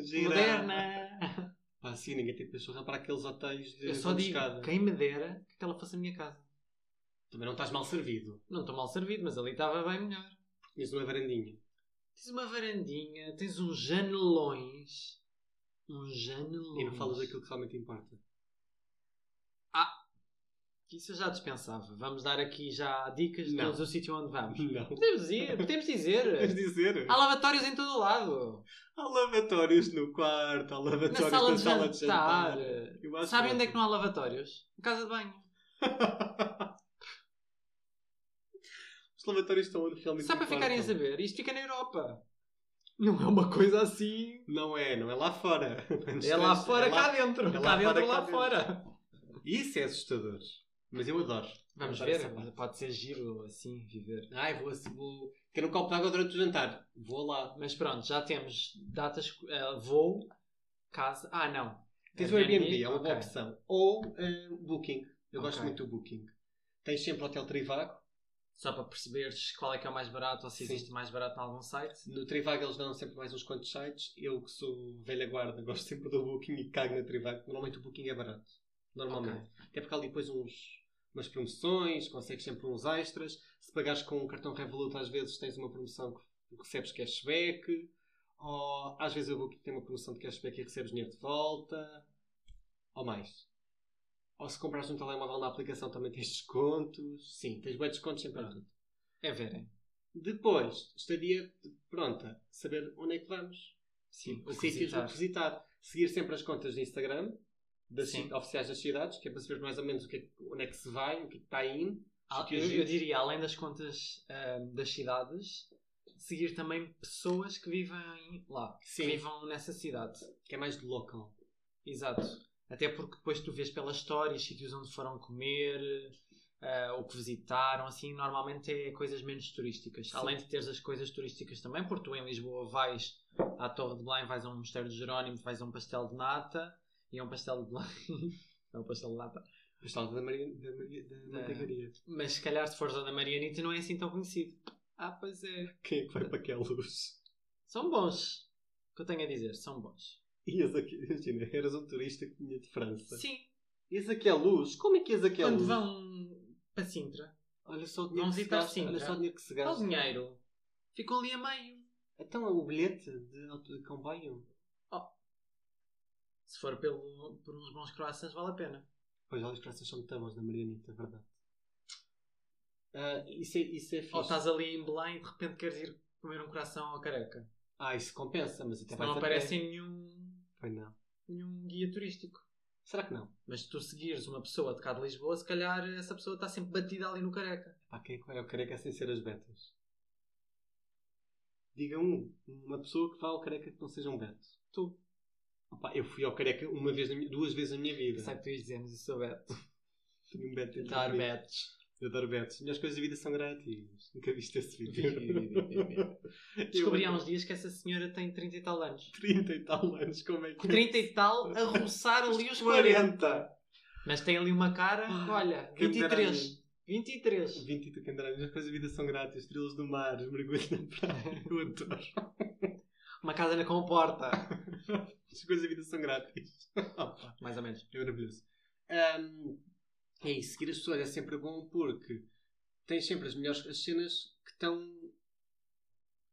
[SPEAKER 3] Gira.
[SPEAKER 2] moderna.
[SPEAKER 3] Pá, sim, ninguém tem pachorra para aqueles hotéis de
[SPEAKER 2] Eu só
[SPEAKER 3] de
[SPEAKER 2] digo,
[SPEAKER 3] escada.
[SPEAKER 2] quem me dera que aquela fosse a minha casa.
[SPEAKER 3] Também não estás mal servido.
[SPEAKER 2] Não estou mal servido, mas ali estava bem melhor.
[SPEAKER 3] Tinhas uma varandinha.
[SPEAKER 2] Tens uma varandinha, tens uns janelões. Um janelões.
[SPEAKER 3] E não falas daquilo que realmente importa. [laughs]
[SPEAKER 2] Isso eu já dispensava. Vamos dar aqui já dicas de
[SPEAKER 3] Não.
[SPEAKER 2] todos o sítio onde vamos.
[SPEAKER 3] Não.
[SPEAKER 2] Podemos ir, podemos dizer.
[SPEAKER 3] [laughs] Queres dizer?
[SPEAKER 2] Há lavatórios em todo o lado.
[SPEAKER 3] Há lavatórios no quarto, há lavatórios
[SPEAKER 2] Na
[SPEAKER 3] na
[SPEAKER 2] sala de
[SPEAKER 3] sala de
[SPEAKER 2] jantar.
[SPEAKER 3] jantar. Eu acho
[SPEAKER 2] Sabem
[SPEAKER 3] ótimo.
[SPEAKER 2] onde é que não há lavatórios? Em casa de banho.
[SPEAKER 3] Os lavatórios estão onde realmente
[SPEAKER 2] Só para ficarem a
[SPEAKER 3] importam.
[SPEAKER 2] saber, isto fica na Europa. Não é uma coisa assim.
[SPEAKER 3] Não é, não é lá fora. [laughs]
[SPEAKER 2] É lá fora, cá dentro.
[SPEAKER 3] é
[SPEAKER 2] cá,
[SPEAKER 3] lá
[SPEAKER 2] dentro,
[SPEAKER 3] fora,
[SPEAKER 2] lá
[SPEAKER 3] cá
[SPEAKER 2] fora.
[SPEAKER 3] Isso é assustador. Mas eu adoro.
[SPEAKER 2] Vamos
[SPEAKER 3] Adoro
[SPEAKER 2] ver,
[SPEAKER 3] essa parte.
[SPEAKER 2] pode ser giro assim, viver.
[SPEAKER 3] Ai, vou, vou. Quero um copo de água durante o jantar. Vou lá.
[SPEAKER 2] Mas pronto, já temos datas, eh, voo, casa. Ah, não.
[SPEAKER 3] Tens o Airbnb, é uma
[SPEAKER 2] ok.
[SPEAKER 3] boa opção. Ou eh, Booking. Eu gosto
[SPEAKER 2] Ok.
[SPEAKER 3] muito do Booking. Tens sempre o Hotel Trivago.
[SPEAKER 2] Só para perceberes qual é que é o mais barato ou se
[SPEAKER 3] Sim.
[SPEAKER 2] existe mais barato em algum site.
[SPEAKER 3] No Trivago eles dão sempre mais uns quantos sites. Eu que sou velha guarda, [laughs] gosto sempre do Booking e cago na Trivago. Normalmente o Booking é barato. Normalmente. Até porque há ali depois uns, umas promoções, consegues sempre uns extras. Se pagares com um cartão Revolut, às vezes tens uma promoção que recebes cashback. Ou às vezes o Booking tem uma promoção de cashback e recebes dinheiro de volta. Ou mais. Ou se comprares um telemóvel na aplicação também tens descontos. Sim, tens bons descontos sempre em tudo.
[SPEAKER 2] É verem.
[SPEAKER 3] Depois, estaria pronta saber onde é que vamos
[SPEAKER 2] Sim,
[SPEAKER 3] o
[SPEAKER 2] o
[SPEAKER 3] que
[SPEAKER 2] que
[SPEAKER 3] visitar. visitar. Seguir sempre as contas de Instagram das
[SPEAKER 2] Sim.
[SPEAKER 3] ci- oficiais das cidades, que é para saber mais ou menos o que é que- onde é que se vai, o que é que está indo.
[SPEAKER 2] Ah,
[SPEAKER 3] Sítios
[SPEAKER 2] Eu, eu
[SPEAKER 3] giros.
[SPEAKER 2] diria, além das contas ahm, das ah, cidades, seguir também pessoas que vivem lá,
[SPEAKER 3] Sim.
[SPEAKER 2] que vivam nessa cidade.
[SPEAKER 3] Que é mais de local.
[SPEAKER 2] Exato. Até porque depois tu vês pelas histórias, sítios onde foram comer, eh, o que visitaram, assim, normalmente é coisas menos turísticas.
[SPEAKER 3] Sim.
[SPEAKER 2] Além de teres as coisas turísticas também, porque tu em Lisboa vais à Torre de Belém, vais a um mosteiro de Jerónimo, vais a um pastel de nata, e é um pastel de Belém, [laughs] é um pastel de nata.
[SPEAKER 3] Gostava da Maria, da Maria, da
[SPEAKER 2] Da-
[SPEAKER 3] manteigaria.
[SPEAKER 2] Mas se calhar se fores a da Marianita não é assim tão conhecido. Ah, pois é.
[SPEAKER 3] Quem é que vai para aquela luz? [laughs]
[SPEAKER 2] São bons. O que eu tenho a dizer, são bons.
[SPEAKER 3] Ias aqui, imagina, eras um turista que vinha de França.
[SPEAKER 2] Sim,
[SPEAKER 3] Ias aqui à luz? Como é que ias aqui à
[SPEAKER 2] quando
[SPEAKER 3] luz?
[SPEAKER 2] vão para Sintra,
[SPEAKER 3] Olha só o
[SPEAKER 2] Vão
[SPEAKER 3] dinheiro que se
[SPEAKER 2] visitar
[SPEAKER 3] gasta. Olha
[SPEAKER 2] Sintra.
[SPEAKER 3] só o dinheiro que se
[SPEAKER 2] dá
[SPEAKER 3] gasta.
[SPEAKER 2] o dinheiro. Ficou ali a meio.
[SPEAKER 3] Então o bilhete de, auto- de comboio?
[SPEAKER 2] Se for pelo, por uns bons croissants, vale a pena.
[SPEAKER 3] Pois, olha, os graças são muito bons na Marianita, é verdade. Ah, isso, é, isso é fixe.
[SPEAKER 2] Ou Oh, estás ali em Belém e de repente queres ir comer um coração ao careca.
[SPEAKER 3] Ah, isso compensa, mas até
[SPEAKER 2] Não
[SPEAKER 3] vais a pé.
[SPEAKER 2] aparece em nenhum,
[SPEAKER 3] Pois não.
[SPEAKER 2] nenhum guia turístico.
[SPEAKER 3] Será que não?
[SPEAKER 2] Mas se tu seguires uma pessoa de cá de Lisboa, se calhar essa pessoa está sempre batida ali no careca.
[SPEAKER 3] Pá, quem é que vai ao careca sem ser as betas? Diga um, uma pessoa que vá ao careca que não seja um beto.
[SPEAKER 2] Tu.
[SPEAKER 3] Opa, eu fui ao careca uma vez, na minha- duas vezes na minha vida.
[SPEAKER 2] Sabe que tu ias dizer, mas eu sou Beto.
[SPEAKER 3] Tenho um beto dentro de
[SPEAKER 2] Dar
[SPEAKER 3] mim.
[SPEAKER 2] [laughs] Betos.
[SPEAKER 3] Eu adoro betos. Minhas coisas da vida são grátis. Nunca viste esse vídeo.
[SPEAKER 1] Sim.
[SPEAKER 2] Descobri há
[SPEAKER 3] Eu-
[SPEAKER 2] uns dias que essa senhora tem 30 e tal anos.
[SPEAKER 3] 30 e tal anos, como é que é?
[SPEAKER 2] 30 e tal a roçar ali os 40.
[SPEAKER 3] 40!
[SPEAKER 2] Mas tem ali uma cara,
[SPEAKER 3] Hum.
[SPEAKER 2] olha,
[SPEAKER 3] Quem me dera a mim.
[SPEAKER 2] 23. 23.
[SPEAKER 3] 20 e quem dera, as coisas da vida são grátis, estrelas do mar, mergulho na praia, [laughs] eu adoro.
[SPEAKER 2] Uma casa na comporta.
[SPEAKER 3] As coisas da vida são grátis. Opa,
[SPEAKER 2] Mais ou menos.
[SPEAKER 3] é maravilhoso. Ahm, é isso, seguir as pessoas é sempre bom porque tens sempre as melhores as cenas que estão.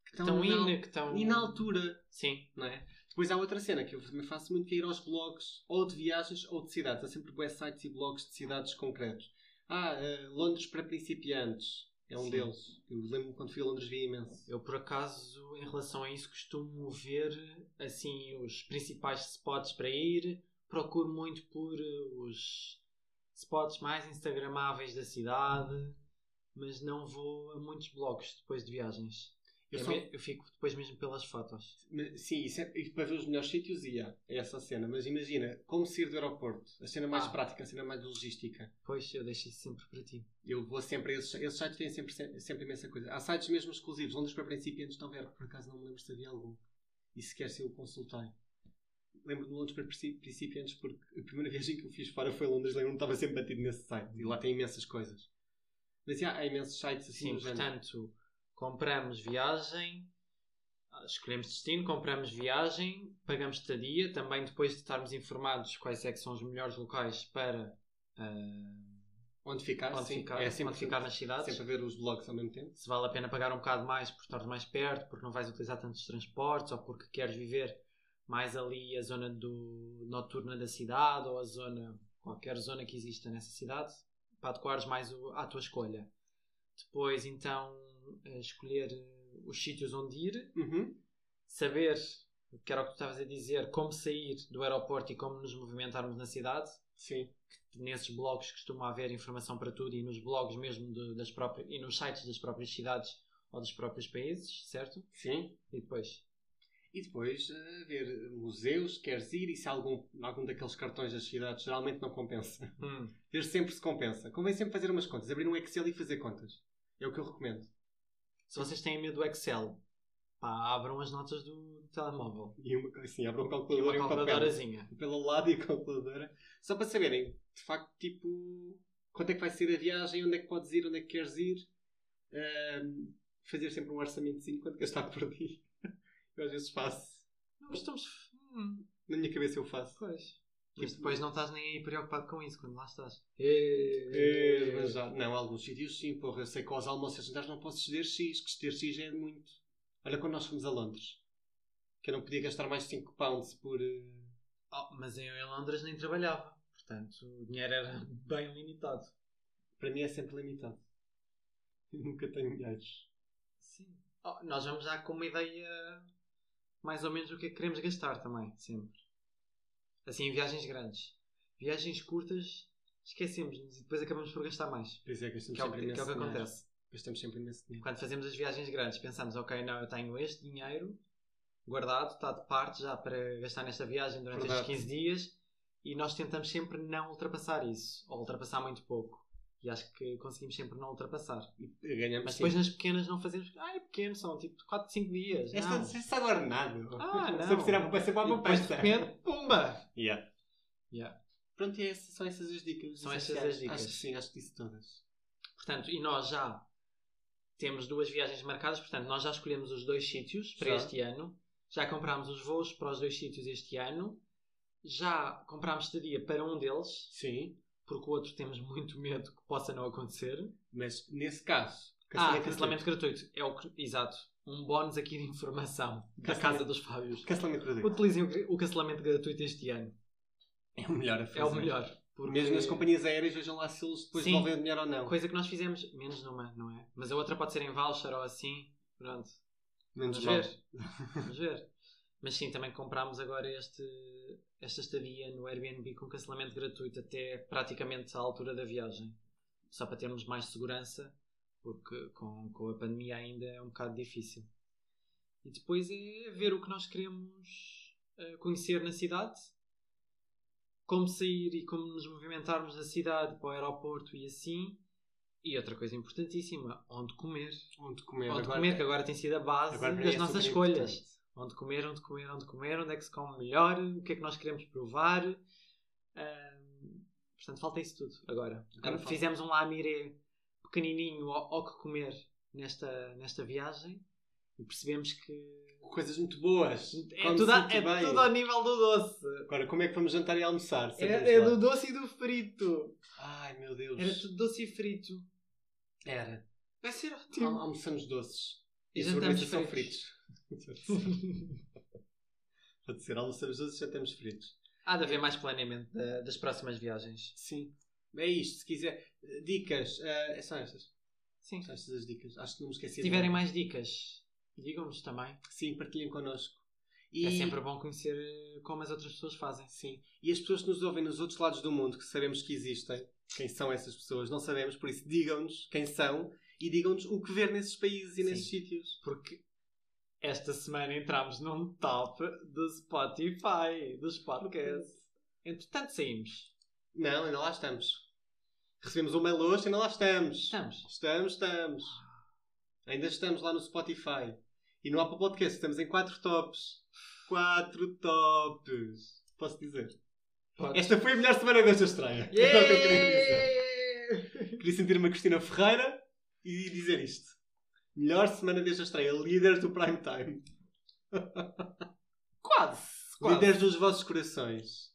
[SPEAKER 3] que
[SPEAKER 2] Estão né?
[SPEAKER 3] na-
[SPEAKER 2] indo, que estão.
[SPEAKER 3] E na altura,
[SPEAKER 2] Sim.
[SPEAKER 3] não é? Depois há outra cena que eu também faço muito que é ir aos blogs, ou de viagens ou de cidades. Há sempre web sites e blogs de cidades concretos. Ah, ah, Londres para principiantes é um
[SPEAKER 2] Sim.
[SPEAKER 3] deles. Eu lembro-me quando fui a Londres vi imenso.
[SPEAKER 2] Eu, por acaso, em relação a isso, costumo ver assim os principais spots para ir. Procuro muito por eh, os spots mais instagramáveis da cidade, mas não vou a muitos blogs depois de viagens.
[SPEAKER 3] Eu
[SPEAKER 2] Eu,
[SPEAKER 3] só-
[SPEAKER 2] me- eu fico depois mesmo pelas fotos.
[SPEAKER 3] Mas, Sim, isso é- e para ver os melhores sítios ia é essa a cena. Mas imagina, como sair do aeroporto? A cena mais
[SPEAKER 2] Ah.
[SPEAKER 3] prática, a cena mais logística.
[SPEAKER 2] Pois, eu deixo isso sempre para ti.
[SPEAKER 3] Eu vou sempre a esses, esses sites têm sempre, sempre, sempre imensa coisa. Há sites mesmo exclusivos, Londres para principiantes não houver, por acaso não me lembro se havia algum. E sequer se eu consultei. Lembro de Londres para princi- principiantes porque a primeira [laughs] viagem que eu fiz fora foi a Londres, lembro-me que estava sempre batido nesse site. E lá tem imensas coisas. Mas já, há imensos sites assim
[SPEAKER 2] Sim,
[SPEAKER 3] do género.
[SPEAKER 2] portanto, compramos viagem, ah, escolhemos destino, compramos viagem, pagamos estadia, também depois de estarmos informados quais é que são os melhores locais para ah,
[SPEAKER 3] Onde ficar,
[SPEAKER 2] onde
[SPEAKER 3] sim.
[SPEAKER 2] ficar,
[SPEAKER 3] é sempre,
[SPEAKER 2] onde ficar nas cidades.
[SPEAKER 3] sempre a ver os blogs ao mesmo tempo.
[SPEAKER 2] Se vale a pena pagar um bocado mais por estar mais perto, porque não vais utilizar tantos transportes, ou porque queres viver mais ali a zona do, noturna da cidade, ou a zona, qualquer zona que exista nessa cidade, para adequares mais o- à tua escolha. Depois, então, eh, escolher eh, os sítios onde ir,
[SPEAKER 3] Uhum.
[SPEAKER 2] saber, que era o que tu estavas a dizer, como sair do aeroporto e como nos movimentarmos na cidade,
[SPEAKER 3] Sim.
[SPEAKER 2] nesses blogs costuma haver informação para tudo e nos blogs mesmo de- das próprias e nos sites das próprias cidades ou dos próprios países, certo?
[SPEAKER 3] Sim.
[SPEAKER 2] E depois,
[SPEAKER 3] E depois eh, ver museus, queres ir, e se há algum, algum daqueles cartões das cidades geralmente não compensa. [laughs] Ver sempre se compensa. Convém sempre fazer umas contas, abrir um Excel e fazer contas. É o que eu recomendo.
[SPEAKER 2] se vocês têm medo do Excel, pá, abram as notas do telemóvel.
[SPEAKER 3] E uma, co- assim, abre um
[SPEAKER 2] E
[SPEAKER 3] calculador
[SPEAKER 2] uma assim.
[SPEAKER 3] e, um papel.
[SPEAKER 2] calculadorazinha.
[SPEAKER 3] Pelo lado e a calculadora. Só para saberem, de facto, tipo, quanto é que vai ser a viagem, onde é que podes ir, onde é que queres ir. Ahm, fazer sempre um orçamentozinho, quanto gastar por dia. [laughs] Eu às vezes faço.
[SPEAKER 2] Não gostamos. Hum,
[SPEAKER 3] Na minha cabeça eu faço.
[SPEAKER 2] pois. Mas
[SPEAKER 3] Tipo,
[SPEAKER 2] depois não estás nem aí preocupado com isso quando lá estás.
[SPEAKER 3] É,
[SPEAKER 2] Ê,
[SPEAKER 3] mas já- não, alguns sítios sim, porra. Eu sei que aos almoços e jantares não posso ceder X, que ceder X é muito. Olha, quando nós fomos a Londres, que eu não podia gastar mais 5 pounds por. eh,
[SPEAKER 2] Oh, mas eu em Londres nem trabalhava, portanto o dinheiro era [laughs] bem limitado.
[SPEAKER 3] Para mim é sempre limitado. [laughs] Eu nunca tenho gajos.
[SPEAKER 2] Sim. Oh, nós vamos já com uma ideia mais ou menos do que é que queremos gastar também, sempre. Assim, em viagens grandes. Viagens curtas, esquecemos-nos e depois acabamos por gastar mais.
[SPEAKER 3] Pois é, gastamos
[SPEAKER 2] Que é o
[SPEAKER 3] sempre
[SPEAKER 2] que, que é o que
[SPEAKER 3] imenso dinheiro.
[SPEAKER 2] acontece.
[SPEAKER 3] Gastamos sempre imenso dinheiro.
[SPEAKER 2] Quando fazemos as viagens grandes, pensamos, ok, não, eu tenho este dinheiro guardado, está de parte já para gastar nesta viagem durante
[SPEAKER 3] Verdade.
[SPEAKER 2] estes 15 dias e nós tentamos sempre não ultrapassar isso, ou ultrapassar muito pouco. E acho que conseguimos sempre não ultrapassar.
[SPEAKER 3] E Eh, ganhamos
[SPEAKER 2] Mas
[SPEAKER 3] sempre.
[SPEAKER 2] depois nas pequenas não fazemos, ah, é pequeno, são tipo 4, 5 dias.
[SPEAKER 3] Esta
[SPEAKER 2] não.
[SPEAKER 3] não se agora nada. [laughs]
[SPEAKER 2] Ah, não.
[SPEAKER 3] Sempre tirar poupança para a
[SPEAKER 2] E depois de
[SPEAKER 3] poupança.
[SPEAKER 2] repente, pumba!
[SPEAKER 3] Yeah.
[SPEAKER 2] Yeah.
[SPEAKER 3] Pronto, e é, são essas as dicas.
[SPEAKER 2] São
[SPEAKER 3] essenciais.
[SPEAKER 2] estas as dicas.
[SPEAKER 3] Acho que sim, acho que disse todas.
[SPEAKER 2] Portanto, e nós já temos duas viagens marcadas, portanto, nós já escolhemos os dois sítios para
[SPEAKER 3] Já.
[SPEAKER 2] este ano, já comprámos os voos para os dois sítios este ano, já comprámos estadia para um deles,
[SPEAKER 3] Sim,
[SPEAKER 2] porque o outro temos muito medo que possa não acontecer.
[SPEAKER 3] mas nesse caso.
[SPEAKER 2] Ah,
[SPEAKER 3] cancelamento-
[SPEAKER 2] cancelamento gratuito. É o que- exato. Um bónus aqui de informação da
[SPEAKER 3] Cancelamento-
[SPEAKER 2] Casa dos Fábios.
[SPEAKER 3] Cancelamento gratuito.
[SPEAKER 2] Utilizem o gr- o cancelamento gratuito este ano.
[SPEAKER 3] É o melhor a fazer.
[SPEAKER 2] É o melhor. Porque...
[SPEAKER 3] Mesmo nas companhias aéreas, vejam lá se eles depois
[SPEAKER 2] Sim.
[SPEAKER 3] devolvem o dinheiro ou não.
[SPEAKER 2] Coisa que nós fizemos, menos numa, não é? Mas a outra pode ser em voucher ou assim. Pronto.
[SPEAKER 3] Menos
[SPEAKER 2] Vamos
[SPEAKER 3] mal.
[SPEAKER 2] ver. Vamos ver. Mas sim, também comprámos agora este, esta estadia no Airbnb com cancelamento gratuito até praticamente à altura da viagem. Só para termos mais segurança, porque com, com a pandemia ainda é um bocado difícil. E depois é ver o que nós queremos eh, conhecer na cidade, como sair e como nos movimentarmos da cidade para o aeroporto e assim. E outra coisa importantíssima, onde comer.
[SPEAKER 3] Onde comer.
[SPEAKER 2] Onde
[SPEAKER 3] agora-
[SPEAKER 2] comer, que agora tem sido a base
[SPEAKER 3] agora para mim
[SPEAKER 2] das
[SPEAKER 3] é
[SPEAKER 2] nossas
[SPEAKER 3] super
[SPEAKER 2] escolhas.
[SPEAKER 3] importante.
[SPEAKER 2] Onde comer, onde comer, onde comer, onde é que se come melhor, o que é que nós queremos provar. Ahm, portanto, falta isso tudo agora.
[SPEAKER 3] Agora
[SPEAKER 2] Ah,
[SPEAKER 3] falta.
[SPEAKER 2] Fizemos um lamiré pequenininho ao, ao que comer nesta, nesta viagem e percebemos que
[SPEAKER 3] Coisas muito boas.
[SPEAKER 2] é,
[SPEAKER 3] Come-se
[SPEAKER 2] tudo, a-
[SPEAKER 3] muito
[SPEAKER 2] é
[SPEAKER 3] bem.
[SPEAKER 2] tudo ao nível do doce.
[SPEAKER 3] Agora, como é que vamos jantar e almoçar? Sabemos
[SPEAKER 2] É, é
[SPEAKER 3] lá.
[SPEAKER 2] do doce e do frito.
[SPEAKER 3] Ai, meu Deus.
[SPEAKER 2] Era tudo doce e frito.
[SPEAKER 3] Era.
[SPEAKER 2] Vai ser ótimo.
[SPEAKER 3] Al- almoçamos doces.
[SPEAKER 2] E
[SPEAKER 3] E
[SPEAKER 2] jantamos
[SPEAKER 3] sobremesas são
[SPEAKER 2] fritos.
[SPEAKER 3] fritos. [laughs] Pode ser, almoçamos doces e jantamos fritos.
[SPEAKER 2] Há de haver mais planeamento da- das próximas viagens.
[SPEAKER 3] Sim. É isto, se quiser. Dicas. eh, são estas.
[SPEAKER 2] Sim.
[SPEAKER 3] São estas as dicas. Acho que não me esqueci.
[SPEAKER 2] Se
[SPEAKER 3] de
[SPEAKER 2] tiverem
[SPEAKER 3] nada.
[SPEAKER 2] mais dicas, digam-nos também.
[SPEAKER 3] Sim, partilhem connosco. E,
[SPEAKER 2] É sempre bom conhecer eh, como as outras pessoas fazem.
[SPEAKER 3] Sim. E as pessoas que nos ouvem nos outros lados do mundo, que sabemos que existem, quem são essas pessoas, não sabemos, por isso digam-nos quem são e digam-nos o que ver nesses países e
[SPEAKER 2] Sim.
[SPEAKER 3] nesses sítios.
[SPEAKER 2] Porque esta semana entramos num top do Spotify, dos podcasts. Entretanto, saímos.
[SPEAKER 3] Não, ainda lá estamos. Recebemos um mail hoje, ainda lá estamos.
[SPEAKER 2] Estamos.
[SPEAKER 3] Estamos, estamos. Ainda estamos lá no Spotify. E no Apple Podcast estamos em 4 tops. 4 tops. Posso dizer? Esta foi a melhor semana desta estreia. [laughs]
[SPEAKER 2] Yeah!
[SPEAKER 3] Era o É que eu queria dizer. Queria sentir-me a Cristina Ferreira e dizer isto. Melhor semana desta estreia. Líderes do prime time.
[SPEAKER 2] Quase! quase.
[SPEAKER 3] Líderes dos vossos corações.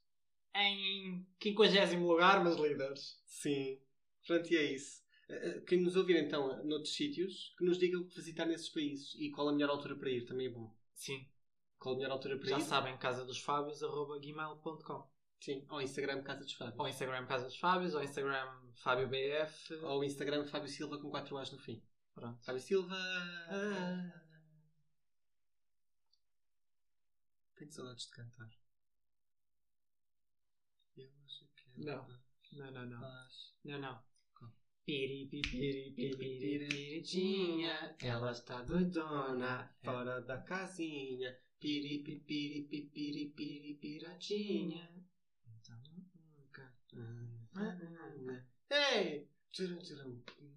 [SPEAKER 2] Em 50 lugar, mas líderes.
[SPEAKER 3] Sim. Pronto, e é isso. Eh, eh, Quem nos ouvir então noutros sítios, que nos digam o que visitar nesses países e qual a melhor altura para ir, também é bom.
[SPEAKER 2] Sim.
[SPEAKER 3] Qual a melhor altura para
[SPEAKER 2] Já
[SPEAKER 3] ir?
[SPEAKER 2] sabem, casadosfábios.com
[SPEAKER 3] Sim, ao Instagram Casa dos Fábio.
[SPEAKER 2] Ou Instagram Casa dos Fábios, ou Instagram Fábio BF.
[SPEAKER 3] Ou Instagram Fábio Silva com 4 A's no fim.
[SPEAKER 2] Pronto.
[SPEAKER 3] Fábio Silva!
[SPEAKER 2] Ah.
[SPEAKER 3] Tenho saudades de cantar. Eu hoje quero
[SPEAKER 2] Não.
[SPEAKER 3] dar
[SPEAKER 2] Não, não, não.
[SPEAKER 3] paz.
[SPEAKER 2] Não, não.
[SPEAKER 3] Como?
[SPEAKER 2] Piripipiripiritinha, ela está doidona,
[SPEAKER 3] fora da casinha. Piripipiripiripiripiratinha.
[SPEAKER 2] piradinha. Então, nunca.
[SPEAKER 3] Mm, Ah, Ei! Tchurum, tchurum. hum.